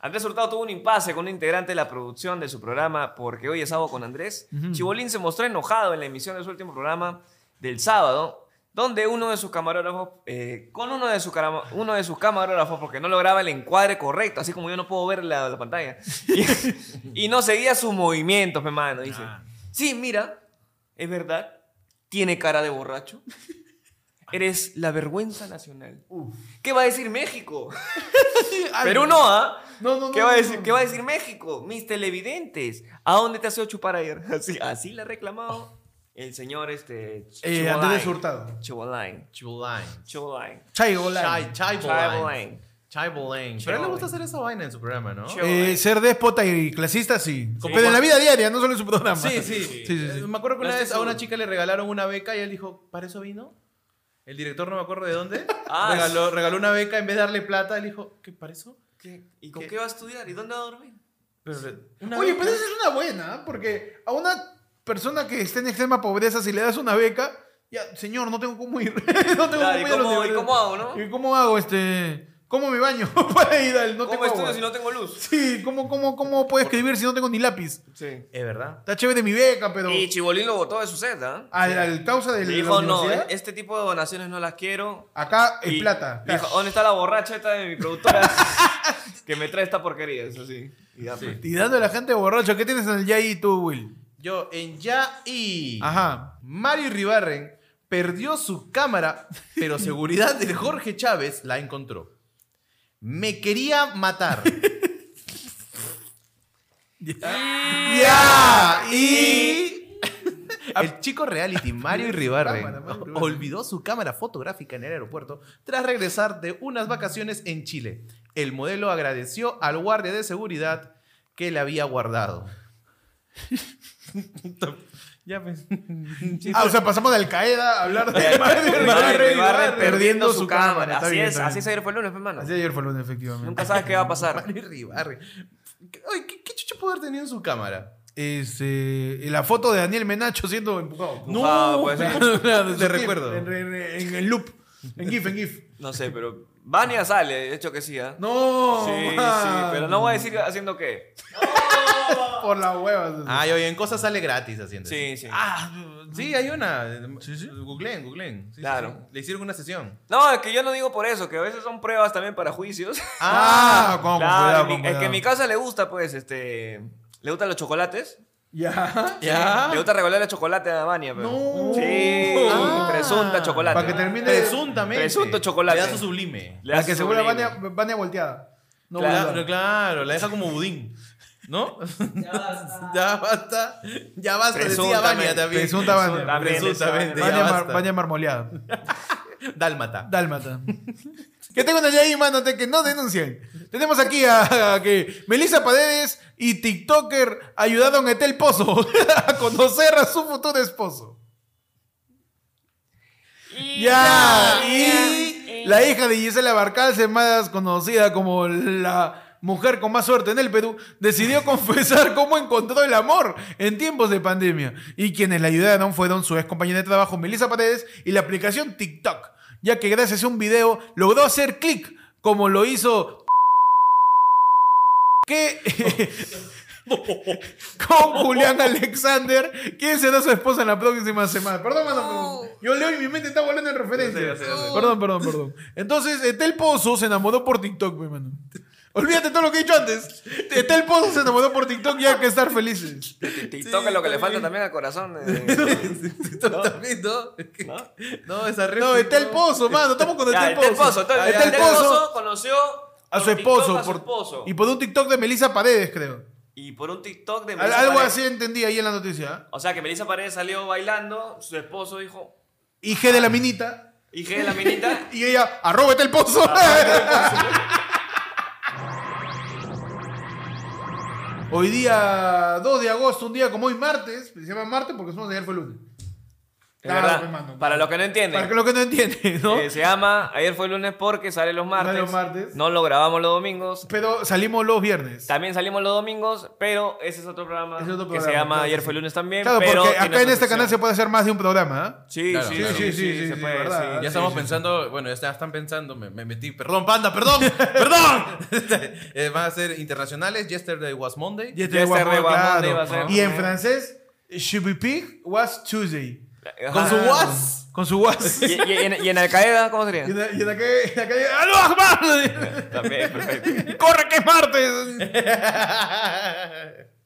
Speaker 2: Andrés Hurtado tuvo un impasse con un integrante de la producción de su programa Porque hoy es sábado con Andrés. Chibolín se mostró enojado en la emisión de su último programa del sábado, donde uno de sus camarógrafos, eh, con uno de, sus carama- uno de sus camarógrafos, porque no lograba el encuadre correcto, así como yo no puedo ver la, la pantalla, y, y no seguía sus movimientos, mi mano. Dice,
Speaker 1: Ah.
Speaker 2: sí, mira, es verdad, tiene cara de borracho. Eres la vergüenza nacional. ¿Qué va a decir México?
Speaker 1: Ay,
Speaker 2: Perú no, ¿ah?
Speaker 1: No, no,
Speaker 2: ¿Qué
Speaker 1: no,
Speaker 2: va a
Speaker 1: no,
Speaker 2: decir,
Speaker 1: no.
Speaker 2: ¿Qué va a decir México? Mis televidentes. ¿A dónde te has ido a chupar ayer? Así, así le ha reclamado el señor este.
Speaker 1: Eh,
Speaker 2: Chivolain.
Speaker 1: Andrés Hurtado.
Speaker 2: Chivolain.
Speaker 3: Chibolain.
Speaker 2: Chivolain.
Speaker 1: Chibolín.
Speaker 3: Chai- Chibolain.
Speaker 2: Chivolain.
Speaker 3: Chibolain. Pero a él le gusta hacer esa vaina en su programa, ¿no?
Speaker 2: Chibolain.
Speaker 1: Eh, ser déspota y clasista, sí.
Speaker 3: Como
Speaker 1: Pero en la
Speaker 3: cuando-
Speaker 1: vida diaria, no solo en su programa.
Speaker 3: Sí, sí.
Speaker 1: sí, sí, sí.
Speaker 3: Eh, Me acuerdo que
Speaker 2: No
Speaker 3: una
Speaker 2: estoy
Speaker 3: vez a una
Speaker 2: seguro.
Speaker 3: chica le regalaron una beca y él dijo, ¿para eso vino? El director no me acuerdo de dónde.
Speaker 2: Ah,
Speaker 3: regaló, regaló una beca en vez de darle plata, él dijo, ¿qué para eso?
Speaker 2: ¿Qué? ¿Y con
Speaker 3: ¿Qué?
Speaker 2: qué? va a estudiar? ¿Y dónde va a dormir?
Speaker 3: Pero, Pues, una
Speaker 1: Oye,
Speaker 3: beca.
Speaker 1: pero esa es una buena, ¿ah? porque a una persona que está en extrema pobreza, si le das una beca, ya, señor, no tengo cómo ir. no tengo
Speaker 2: Claro, ¿y
Speaker 1: cómo ir a la
Speaker 2: cómo- y
Speaker 1: universidad.
Speaker 2: cómo hago, no?
Speaker 1: ¿Y cómo hago este? ¿Cómo me baño para ir al no
Speaker 2: ¿Cómo
Speaker 1: tengo
Speaker 2: estudio
Speaker 1: agua?
Speaker 2: si no tengo luz?
Speaker 1: Sí, ¿cómo, cómo, ¿cómo puedo escribir si no tengo ni lápiz?
Speaker 2: Sí.
Speaker 3: Es verdad.
Speaker 1: Está chévere mi beca, pero.
Speaker 2: Y Chibolín lo votó de su set, ¿ah?
Speaker 1: Al, al causa de
Speaker 2: Le
Speaker 1: la
Speaker 2: dijo, no,
Speaker 1: universidad,
Speaker 2: este tipo de donaciones no las quiero.
Speaker 1: acá es
Speaker 2: Y
Speaker 1: plata.
Speaker 2: Dijo,
Speaker 1: cash.
Speaker 2: ¿dónde está la borracheta de mi productora? que me trae esta porquería, eso sí. Y ya, pues.
Speaker 1: Y dando a la gente borracho, ¿qué tienes en el Yay tú, Will?
Speaker 3: Yo, en Ya y...
Speaker 1: Ajá.
Speaker 3: Mario Ribarren perdió su cámara, pero seguridad de Jorge Chávez la encontró. Me quería matar.
Speaker 1: ¡Ya! Y.
Speaker 3: El chico reality Mario
Speaker 1: Cámara,
Speaker 3: Ribarren
Speaker 1: Mario Iribarren.
Speaker 3: olvidó su cámara fotográfica en el aeropuerto tras regresar de unas vacaciones en Chile. El modelo agradeció al guardia de seguridad que le había guardado. Ya, pues.
Speaker 1: Ah, o sea, pasamos de Al Qaeda a hablar de
Speaker 8: Ibarra, Ibarra
Speaker 1: perdiendo su cámara. Está
Speaker 2: Así
Speaker 1: bien,
Speaker 2: es,
Speaker 1: está
Speaker 2: así
Speaker 1: bien.
Speaker 2: se ayer fue el lunes, pues, hermano.
Speaker 1: Así ayer fue el lunes, efectivamente.
Speaker 2: Nunca sabes qué va a pasar.
Speaker 3: Mario Ribarri. Oye, ¿qué, qué chucho puede haber tenido en su cámara?
Speaker 1: Este, la foto de Daniel Menacho siendo empujado.
Speaker 2: Empujado, pues,
Speaker 1: de
Speaker 3: te
Speaker 1: su clip,
Speaker 3: recuerdo.
Speaker 1: En, en- en el loop. En GIF, en GIF.
Speaker 2: No sé, pero Vania sale, de hecho que sí, ¿ah?
Speaker 1: No.
Speaker 2: Sí, sí,
Speaker 1: man.
Speaker 2: pero no voy a decir haciendo qué.
Speaker 1: Por las huevas.
Speaker 2: Ah,
Speaker 3: Ay, oye, en cosas sale gratis haciendo.
Speaker 2: Sí, sí.
Speaker 3: Ah, sí, hay una. Sí, sí. Googleen, googleen. Sí, sí,
Speaker 2: Claro.
Speaker 3: sí. Le hicieron una sesión.
Speaker 2: No, es que yo no digo por eso, que a veces son pruebas también para juicios.
Speaker 1: Ah, con
Speaker 2: Claro,
Speaker 1: cuidado,
Speaker 2: mi-
Speaker 1: con
Speaker 2: es que en
Speaker 1: cuidado.
Speaker 2: mi casa le gusta, pues, este. Le gustan los chocolates.
Speaker 1: Ya.
Speaker 2: Le gusta regalarle chocolate a Vania, pero.
Speaker 1: No.
Speaker 2: Sí,
Speaker 1: Ah.
Speaker 2: presunta chocolate.
Speaker 1: Para que termine.
Speaker 3: Presuntamente.
Speaker 2: Presunto chocolate.
Speaker 3: Le da su sublime.
Speaker 2: Le
Speaker 1: Para
Speaker 2: hace
Speaker 1: que se
Speaker 2: sublime.
Speaker 1: vuelva Vania, Vania volteada. No
Speaker 3: Claro,
Speaker 1: volteada.
Speaker 3: claro, la deja como budín. ¿No? Ya basta. ya basta. Ya basta. Decía
Speaker 2: Presuntamente.
Speaker 3: Vania también.
Speaker 1: Presuntamente.
Speaker 3: Presuntamente.
Speaker 1: Vania,
Speaker 3: Ya
Speaker 1: mar-
Speaker 3: basta.
Speaker 1: Vania marmoleada.
Speaker 3: Dálmata.
Speaker 1: Dálmata. que tengo una ley, mano, de que no denuncien. Tenemos aquí a, a que Melissa Paredes y TikToker ayudaron a Etel Pozo a conocer a su futuro esposo. Ya, y la hija de Gisela Barcalce, más conocida como la mujer con más suerte en el Perú, decidió confesar cómo encontró el amor en tiempos de pandemia. Y quienes la ayudaron fueron su ex compañera de trabajo, Melissa Paredes, y la aplicación TikTok, ya que gracias a un video logró hacer clic, como lo hizo... Que... con Julián Alexander, quien será su esposa en la próxima semana. Perdón, mano, pero yo leo y mi mente está volando en referencias. Perdón, perdón, perdón. Entonces, Etel Pozo se enamoró por TikTok, mi mano. Olvídate todo lo que he dicho antes. Etel Pozo se enamoró por TikTok y hay que estar felices.
Speaker 2: TikTok
Speaker 6: Sí,
Speaker 2: es lo que le
Speaker 6: también.
Speaker 2: falta también al corazón. eh.
Speaker 6: ¿No? ¿También, no?
Speaker 3: No, esa red.
Speaker 1: No, Etel Pozo, mano. Estamos con
Speaker 2: Ya,
Speaker 1: Etel
Speaker 2: el del
Speaker 1: Pozo.
Speaker 2: pozo. Entonces, el del pozo conoció
Speaker 1: Ah, a su
Speaker 2: por TikTok
Speaker 1: esposo.
Speaker 2: a su
Speaker 1: por-
Speaker 2: esposo.
Speaker 1: Y por un TikTok de Melissa Paredes, creo.
Speaker 2: Y por un TikTok de
Speaker 1: Al-
Speaker 2: Melissa
Speaker 1: Algo
Speaker 2: Paredes.
Speaker 1: así entendí ahí en la noticia. ¿eh?
Speaker 2: O sea, que Melissa Paredes salió bailando, su esposo dijo,
Speaker 1: Y G de la minita.
Speaker 2: hija de la minita.
Speaker 1: Y ella, arroba Etel Pozo. Hoy día 2 de agosto, un día como hoy martes, se llama martes porque somos de ayer fue lunes.
Speaker 2: Es
Speaker 1: Claro,
Speaker 2: verdad,
Speaker 1: pues, mano.
Speaker 2: para los que no entienden,
Speaker 1: Para que lo que no entiende, ¿no?
Speaker 2: eh, se llama Ayer fue el lunes porque sale los martes.
Speaker 1: los martes.
Speaker 2: No lo grabamos los domingos.
Speaker 1: Pero salimos los viernes.
Speaker 2: También salimos los domingos, pero ese es otro programa,
Speaker 1: Es otro
Speaker 2: que se
Speaker 1: programa,
Speaker 2: llama
Speaker 1: claro que
Speaker 2: Ayer
Speaker 1: sí.
Speaker 2: fue el lunes también.
Speaker 1: Claro,
Speaker 2: pero
Speaker 1: porque
Speaker 2: tiene
Speaker 1: acá en
Speaker 2: su
Speaker 1: este
Speaker 2: sección.
Speaker 1: canal se puede hacer más de un programa, ¿ah?
Speaker 2: Sí,
Speaker 3: Claro,
Speaker 2: sí,
Speaker 3: claro.
Speaker 2: sí,
Speaker 1: Sí,
Speaker 2: sí,
Speaker 1: sí,
Speaker 2: se
Speaker 1: sí,
Speaker 2: puede,
Speaker 1: verdad.
Speaker 2: sí.
Speaker 3: Ya
Speaker 1: Sí,
Speaker 3: estamos
Speaker 1: sí,
Speaker 3: pensando, bueno, ya está- están pensando, me, me metí, perdón, panda, perdón, perdón. Eh, van a ser internacionales, Yesterday was Monday.
Speaker 1: Y,
Speaker 2: Yesterday was Monday, va a ser-
Speaker 1: y en francés, Je be pig was Tuesday.
Speaker 2: Ajá.
Speaker 1: Con su was. Con su was.
Speaker 2: ¿Y,
Speaker 1: y
Speaker 2: y- y en, y en Al Qaeda cómo sería?
Speaker 1: en y en la que- en la calle, ¡Aló, Akbar!
Speaker 2: También, perfecto.
Speaker 1: ¡Corre que es martes!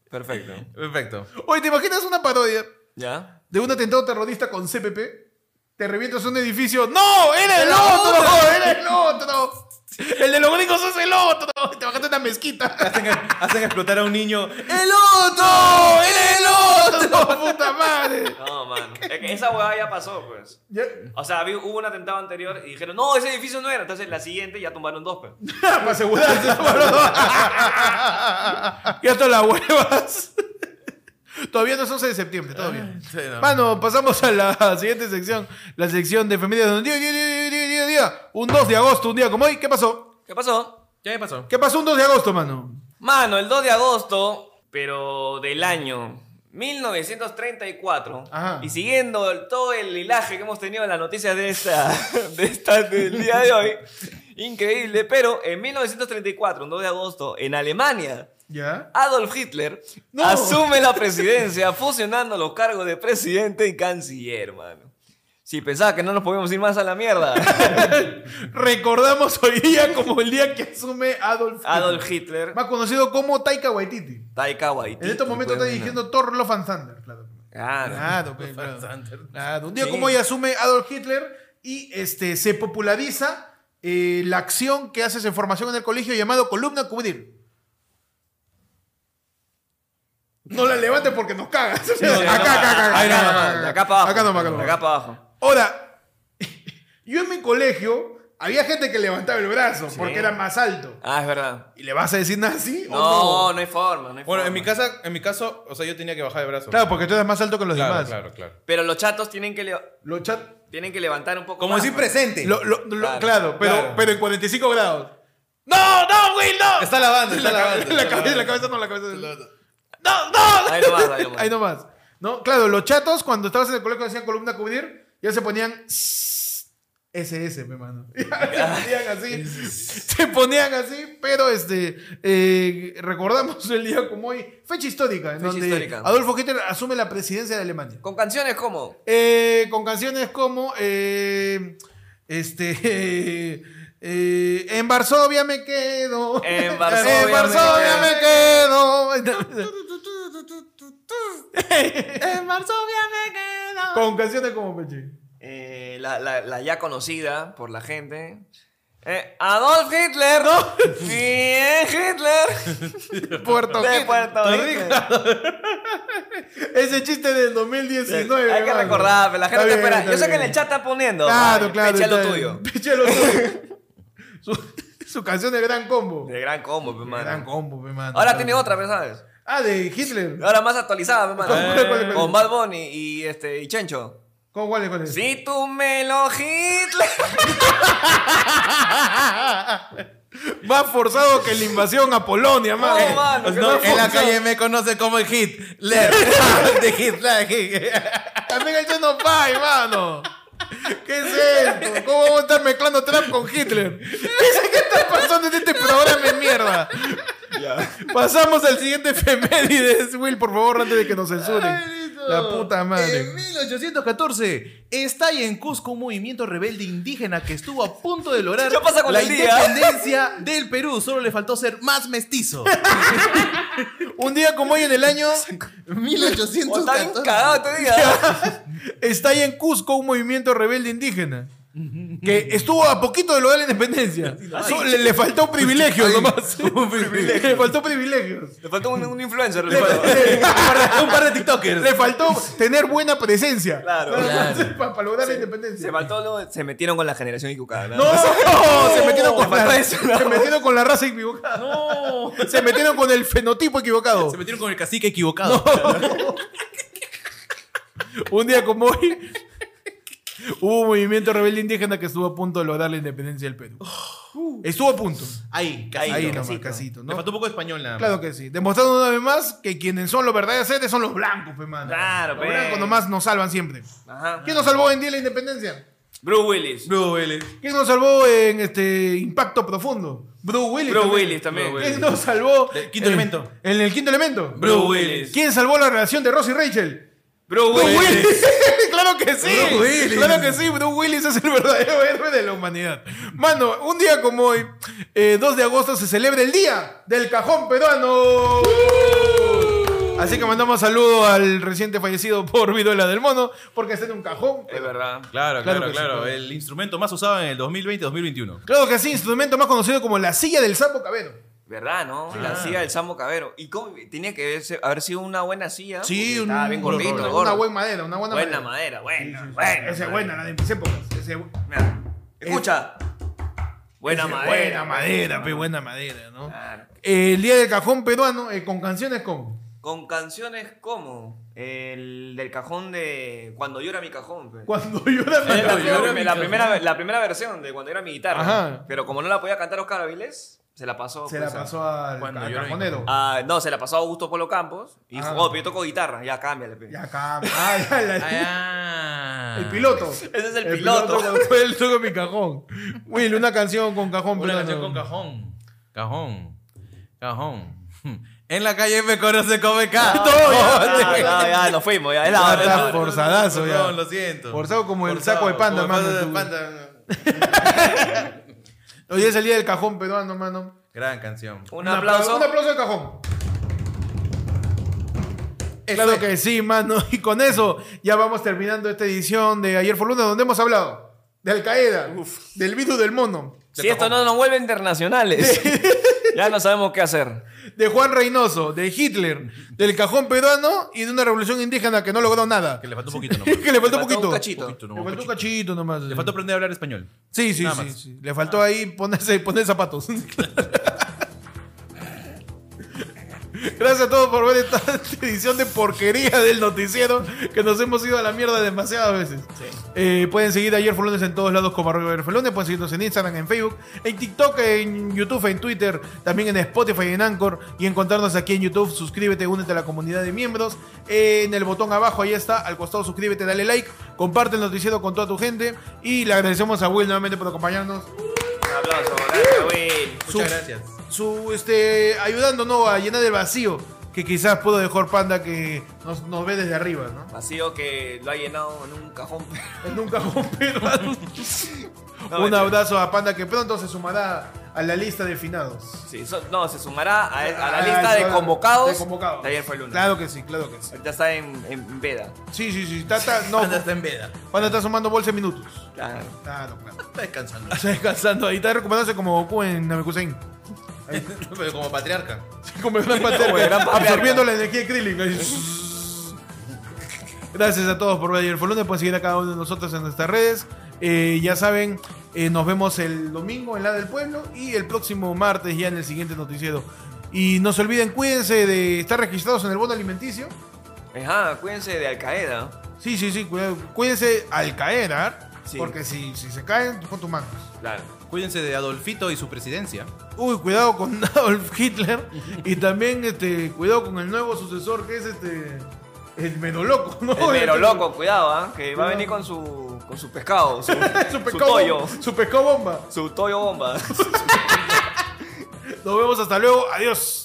Speaker 2: Perfecto.
Speaker 3: Perfecto.
Speaker 1: Oye, ¿te imaginas una parodia
Speaker 2: ¿Ya?
Speaker 1: de un atentado terrorista con CPP? Te revientas un edificio. ¡No! ¡Era el otro! ¡Era el otro! El de los gringos es el otro. Y Te bajaste una mezquita.
Speaker 3: Hacen, hacen explotar a un niño.
Speaker 1: ¡El otro! ¡Era el otro! ¡Puta madre!
Speaker 2: No, mano. Es que esa hueá ya pasó, pues.
Speaker 1: Ya-
Speaker 2: O sea, vi- hubo un atentado anterior y dijeron, no, ese edificio no era. Entonces, la siguiente ya tumbaron dos, pues.
Speaker 1: ah, Para asegurarse. y hasta las huevas. Todavía no es 11 de septiembre, todavía.
Speaker 3: Sí, no.
Speaker 1: Mano, pasamos a la siguiente sección. La sección de familia donde día, día, día, día, día, día. Un 2 de agosto, un día como hoy. ¿Qué pasó?
Speaker 2: ¿Qué pasó?
Speaker 3: ¿Qué me pasó?
Speaker 1: ¿Qué pasó un 2 de agosto, mano?
Speaker 2: Mano, el 2 de agosto, pero del año 1934.
Speaker 1: Ajá.
Speaker 2: Y siguiendo el- todo el hilaje que hemos tenido en las noticias de esta, de esta del día de hoy. Increíble, pero en 1934, un 2 de agosto, en Alemania,
Speaker 1: ¿Ya?
Speaker 2: Adolf Hitler
Speaker 1: No.
Speaker 2: asume la presidencia fusionando los cargos de presidente y canciller, mano. Si pensaba que no nos podíamos ir más a la mierda.
Speaker 1: Recordamos hoy día como el día que asume Adolf Hitler.
Speaker 2: Adolf Hitler,
Speaker 1: Más conocido como Taika Waititi.
Speaker 2: Taika Waititi.
Speaker 1: En estos momentos está
Speaker 2: pues,
Speaker 1: dirigiendo Thor Love and Thunder. Claro.
Speaker 2: Claro.
Speaker 1: Claro, pues, claro. Claro, Un día
Speaker 2: Sí.
Speaker 1: como hoy asume Adolf Hitler y este, se populariza eh, la acción que haces en formación en el colegio llamado columna cubrir. No la levantes porque nos cagas. acá, acá, acá, acá,
Speaker 2: Ahí
Speaker 1: acá,
Speaker 2: nomás,
Speaker 1: acá,
Speaker 2: de acá para abajo.
Speaker 1: Acá nomás, acá
Speaker 2: De
Speaker 1: nomás.
Speaker 2: acá para abajo.
Speaker 1: Ahora, yo en mi colegio Había gente que levantaba el brazo porque era más alto.
Speaker 2: Ah, es verdad.
Speaker 1: ¿Y le vas a decir nazi? o
Speaker 2: No, no, hay forma. no hay
Speaker 3: Bueno,
Speaker 2: forma.
Speaker 3: en mi, casa, en mi caso, o sea, yo tenía que bajar de brazo.
Speaker 1: Claro, pues, porque tú eres más alto que los
Speaker 3: claro,
Speaker 1: demás.
Speaker 3: claro, claro.
Speaker 2: Pero los chatos tienen que, leva-
Speaker 1: Los chat-
Speaker 2: tienen que levantar un poco
Speaker 3: Como
Speaker 2: más,
Speaker 3: decir
Speaker 2: pues.
Speaker 3: presente.
Speaker 1: Ah, lo- lo- lo- claro,
Speaker 2: Claro,
Speaker 1: pero,
Speaker 3: claro.
Speaker 1: pero en 45 grados.
Speaker 3: ¡No, no, Will, no! Está lavando, está
Speaker 1: La, ca-
Speaker 3: lavando.
Speaker 1: la
Speaker 3: está
Speaker 1: cabeza, la
Speaker 3: lavando.
Speaker 1: cabeza no, la cabeza. ¡No, no!
Speaker 2: Ahí nomás, ahí nomás.
Speaker 1: Ahí nomás. No, claro, los chatos cuando estabas en el colegio hacían columna cubrir, ya se ponían SS, mi hermano. se ponían así. se ponían así, pero este eh, recordamos el día como hoy, fecha histórica, en
Speaker 2: Fecha
Speaker 1: donde
Speaker 2: histórica.
Speaker 1: Adolfo Hitler asume la presidencia de Alemania.
Speaker 2: Con canciones como.
Speaker 1: Eh, con canciones como eh, este eh, eh, En Varsovia me quedo.
Speaker 2: En Varsovia
Speaker 1: En Varsovia me quedo. en Varsovia me quedo. Con canciones como Pechi.
Speaker 2: eh, la, la- la ya conocida por la gente. Eh, Adolf Hitler, ¿no? Bien, Hitler.
Speaker 1: Puerto
Speaker 2: De
Speaker 1: Rico.
Speaker 2: Puerto Rico.
Speaker 1: Ese chiste del 2019.
Speaker 2: Hay que
Speaker 1: hermano.
Speaker 2: recordar, pero la gente
Speaker 1: Está
Speaker 2: te espera.
Speaker 1: bien,
Speaker 2: Yo sé
Speaker 1: está
Speaker 2: que en
Speaker 1: bien.
Speaker 2: el chat están poniendo.
Speaker 1: Claro,
Speaker 2: vale,
Speaker 1: claro.
Speaker 2: pecha lo
Speaker 1: está
Speaker 2: tuyo.
Speaker 1: bien. Pecha lo tuyo. su, su canción de gran combo.
Speaker 2: De gran combo, pe, mano.
Speaker 1: Gran combo, mi hermano.
Speaker 2: Ahora tiene otra, pe, ¿sabes?
Speaker 1: Ah, de Hitler.
Speaker 2: Ahora más actualizada, pe, mano.
Speaker 1: ¿Cuál, cuál, cuál?
Speaker 2: Con Bad Bunny y, este, y Chencho.
Speaker 1: ¿Cómo cuál es? ¿Cuál es?
Speaker 2: Si tú me lo Hitler.
Speaker 1: Más forzado que la invasión a Polonia,
Speaker 2: No,
Speaker 1: madre.
Speaker 2: mano, que
Speaker 3: No,
Speaker 2: no
Speaker 3: en la
Speaker 2: funciona.
Speaker 3: calle me conoce como el Hitler. de Hitler.
Speaker 1: También el Chino Pai, mano. ¿Qué es esto? ¿Cómo vamos a estar mezclando trap con Hitler? ¿Qué, es- qué está pasando en este programa de mierda? Pasamos al siguiente efemérides, Will, por favor, antes de que nos censuren. La puta
Speaker 3: En
Speaker 1: madre.
Speaker 3: 1814 estalla en Cusco un movimiento rebelde indígena que estuvo a punto de lograr
Speaker 2: ¿Qué pasa con
Speaker 3: la
Speaker 2: el día?
Speaker 3: independencia del Perú. Solo le faltó ser más mestizo.
Speaker 1: Un día como hoy en el año,
Speaker 2: O está bien
Speaker 6: 1814.
Speaker 2: cagado este día.
Speaker 1: está ahí en Cusco un movimiento rebelde indígena. Que estuvo a poquito de lograr la independencia. So- le, le faltó privilegios nomás. Le faltó privilegios.
Speaker 2: Le faltó un, un influencer.
Speaker 1: Le,
Speaker 2: le faltó.
Speaker 1: le-
Speaker 3: un par de TikTokers.
Speaker 1: le faltó tener buena presencia.
Speaker 2: Claro.
Speaker 1: Para, lograr la independencia.
Speaker 2: Se faltó lo- se metieron con la generación equivocada. nada
Speaker 1: No,
Speaker 2: más.
Speaker 1: se metieron con
Speaker 2: Le
Speaker 1: la,
Speaker 2: faltó eso, ¿no?
Speaker 1: se metieron con la raza equivocada. Se metieron con el fenotipo equivocado.
Speaker 3: Se metieron con el cacique equivocado.
Speaker 1: Un día como hoy hubo un movimiento rebelde indígena que estuvo a punto de lograr la independencia del Perú.
Speaker 2: Oh.
Speaker 1: Estuvo a punto.
Speaker 3: Ahí,
Speaker 1: Ahí
Speaker 2: Ahí,
Speaker 3: casito.
Speaker 1: nomás,
Speaker 2: casito.
Speaker 1: casito,
Speaker 3: Le
Speaker 1: ¿no?
Speaker 3: faltó un poco de español nada más.
Speaker 1: Claro que sí. Demostrando una vez más que quienes son los verdaderos seres son los blancos, pe mano.
Speaker 2: Claro,
Speaker 1: Los
Speaker 2: pe.
Speaker 1: blancos nomás nos salvan siempre.
Speaker 2: Ajá.
Speaker 1: ¿Quién nos salvó en Día de la Independencia?
Speaker 2: Bruce Willis.
Speaker 3: Bruce Willis.
Speaker 1: ¿Quién nos salvó en este Impacto Profundo? Bruce Willis.
Speaker 2: Bruce Willis también.
Speaker 1: ¿Quién nos salvó?
Speaker 3: El quinto
Speaker 1: en-
Speaker 3: elemento.
Speaker 1: En el quinto elemento.
Speaker 2: Bruce Willis.
Speaker 1: ¿Quién salvó la relación de Ross y Rachel?
Speaker 2: Bruce
Speaker 1: Bruce
Speaker 2: Willis.
Speaker 1: Willis. claro que sí.
Speaker 3: Bruce Willis.
Speaker 1: Claro que sí. Bruce Willis es el verdadero héroe de la humanidad. Mano, un día como hoy, eh, 2 de agosto, se celebra el Día del Cajón Peruano.
Speaker 2: ¡Uh!
Speaker 1: Así que mandamos saludo al reciente fallecido por Viruela del Mono, porque está en un cajón.
Speaker 2: Es verdad.
Speaker 1: Claro
Speaker 3: Claro, claro,
Speaker 1: que sí,
Speaker 3: claro.
Speaker 1: claro.
Speaker 3: El instrumento más usado en el 2020-2021.
Speaker 1: Claro que sí, instrumento más conocido como la silla del sapo cabero.
Speaker 2: ¿Verdad, no?
Speaker 1: Ah.
Speaker 2: La silla del Samo Cabero. ¿Y cómo? Tenía que verse- haber sido una buena silla.
Speaker 3: Sí,
Speaker 2: porque
Speaker 3: un-
Speaker 2: Estaba bien
Speaker 3: un-
Speaker 2: gordito,
Speaker 3: una
Speaker 2: el
Speaker 1: Una
Speaker 2: gordo.
Speaker 1: buena madera, una buena,
Speaker 2: Buena
Speaker 1: madera.
Speaker 2: madera. Buena, buena.
Speaker 1: Esa es buena, la de mis épocas. Esa es bu-
Speaker 2: Mira, Escucha. Buena
Speaker 1: esa es
Speaker 2: madera.
Speaker 1: Buena madera, pe, buena madera, ¿no?
Speaker 2: Claro.
Speaker 1: Eh, el día del cajón peruano, eh, con canciones como.
Speaker 2: Con canciones como el del cajón de Cuando llora mi cajón. pe.
Speaker 1: Cuando llora mi
Speaker 2: Es la,
Speaker 1: cajón.
Speaker 2: primera- la primera, la primera versión de cuando era mi guitarra.
Speaker 1: Ajá.
Speaker 2: Pero como no la podía cantar Oscar Avilés, se la pasó.
Speaker 1: Se la
Speaker 2: pues, a-
Speaker 1: pasó al,
Speaker 3: Cuando
Speaker 1: al
Speaker 3: llora mi
Speaker 1: cajonero.
Speaker 2: a- Ah, no, se la pasó a Augusto Polo Campos. Y dijo,
Speaker 1: Ah.
Speaker 2: oh, pero yo toco guitarra. Ya, cámbiale. pe.
Speaker 1: Y acá. ah, ya, la-
Speaker 3: Ah.
Speaker 1: el piloto.
Speaker 2: Ese es el piloto.
Speaker 1: cuando Fue el toco mi cajón. Will, una canción con cajón
Speaker 3: Una
Speaker 1: peruano.
Speaker 3: canción con cajón. Cajón. Cajón. En la calle me conoce como K.
Speaker 1: No, ya,
Speaker 2: Ya, Ah, ya, ya, nos fuimos. Ya, es la
Speaker 1: Ya
Speaker 2: hora, es la
Speaker 1: está
Speaker 2: hora.
Speaker 1: forzadazo ya.
Speaker 3: Perdón, lo siento.
Speaker 1: Forzado como el saco de panda,
Speaker 3: como el
Speaker 1: hermano,
Speaker 3: saco de
Speaker 1: tú.
Speaker 3: panda.
Speaker 1: Hoy es el día del cajón peruano, mano.
Speaker 3: Gran canción.
Speaker 2: Un aplauso.
Speaker 1: Un aplauso de cajón. Claro que sí, mano. Y con eso ya vamos terminando esta edición de Ayer fue Luna, donde hemos hablado de Al Qaeda, del virus del mono,
Speaker 2: Si esto no nos vuelve internacionales, ya no sabemos qué hacer.
Speaker 1: de Juan Reynoso, de Hitler, del cajón peruano y de una revolución indígena que no logró nada.
Speaker 3: Que le faltó un poquito nomás.
Speaker 1: Que le faltó
Speaker 2: Le
Speaker 1: un
Speaker 2: faltó un
Speaker 1: poquito.
Speaker 2: cachito.
Speaker 3: Poquito
Speaker 1: Le
Speaker 3: nomás,
Speaker 1: faltó un
Speaker 3: cachito.
Speaker 1: cachito nomás.
Speaker 3: Le faltó aprender a hablar español.
Speaker 1: Sí, sí,
Speaker 3: Nada
Speaker 1: sí,
Speaker 3: más.
Speaker 1: sí. Le faltó ahí ponerse, poner zapatos. Gracias a todos por ver esta edición de porquería del noticiero que nos hemos ido a la mierda demasiadas veces. Eh, pueden seguir Ayer Fue Lunes en todos lados como arroba Ayer Fue Lunes. Pueden seguirnos en Instagram, en Facebook, en TikTok, en YouTube, en Twitter, también en Spotify, en Anchor y encontrarnos aquí en YouTube. Suscríbete, únete a la comunidad de miembros. Eh, en el botón abajo, ahí está, al costado suscríbete, dale like, comparte el noticiero con toda tu gente y le agradecemos a Will nuevamente por acompañarnos.
Speaker 2: Un aplauso, gracias, Will.
Speaker 1: Su-
Speaker 3: Muchas gracias.
Speaker 1: su este ayudando no a llenar el vacío que quizás pudo dejar Panda que nos, nos ve desde arriba, ¿no?
Speaker 2: Vacío que lo ha llenado en un cajón.
Speaker 1: En un cajón peruano.
Speaker 2: No,
Speaker 1: un
Speaker 2: mentira.
Speaker 1: abrazo a Panda que pronto se sumará a la lista de finados.
Speaker 2: Sí, so- no, se sumará a, a la
Speaker 1: Ah,
Speaker 2: lista
Speaker 1: se
Speaker 2: de
Speaker 1: va-
Speaker 2: convocados.
Speaker 1: de convocados.
Speaker 2: de ayer fue el lunes.
Speaker 1: Claro que sí, claro que sí.
Speaker 2: Ahorita está en, en veda.
Speaker 1: Sí, sí, sí. Está, está- no,
Speaker 3: Anda, está en veda.
Speaker 1: Panda está sumando bolsa en minutos.
Speaker 2: Claro.
Speaker 1: Claro, claro.
Speaker 3: Está descansando.
Speaker 1: Está descansando ahí, está recuperándose como Goku en Namekusein.
Speaker 3: Pero como patriarca.
Speaker 1: Como el gran Pantera,
Speaker 2: el Gran Pantera.
Speaker 1: absorbiendo la energía de Krillin. Ahí. Gracias a todos por ver ayer por lunes. Pueden seguir a cada uno de nosotros en nuestras redes. Eh, ya saben, eh, nos vemos el domingo en la del pueblo y el próximo martes ya en el siguiente noticiero. Y no se olviden, cuídense de estar registrados en el bono alimenticio.
Speaker 2: Ajá, cuídense de Al Qaeda.
Speaker 1: Sí, sí, sí, cuidado. cuídense al caer, ¿ah?
Speaker 2: Sí.
Speaker 1: porque si, si se caen, pon tus manos.
Speaker 2: Claro.
Speaker 3: Cuídense de Adolfito y su presidencia.
Speaker 1: Uy, cuidado con Adolf Hitler. Y también, este, cuidado con el nuevo sucesor que es este. El Meroloco, ¿no?
Speaker 2: El mero loco, cuidado, ¿ah? que va a venir con su, con su pescado, su,
Speaker 1: su
Speaker 2: su
Speaker 1: pescado,
Speaker 2: toyo,
Speaker 1: su pescado bomba.
Speaker 2: su toyo bomba.
Speaker 1: Nos vemos hasta luego. Adiós.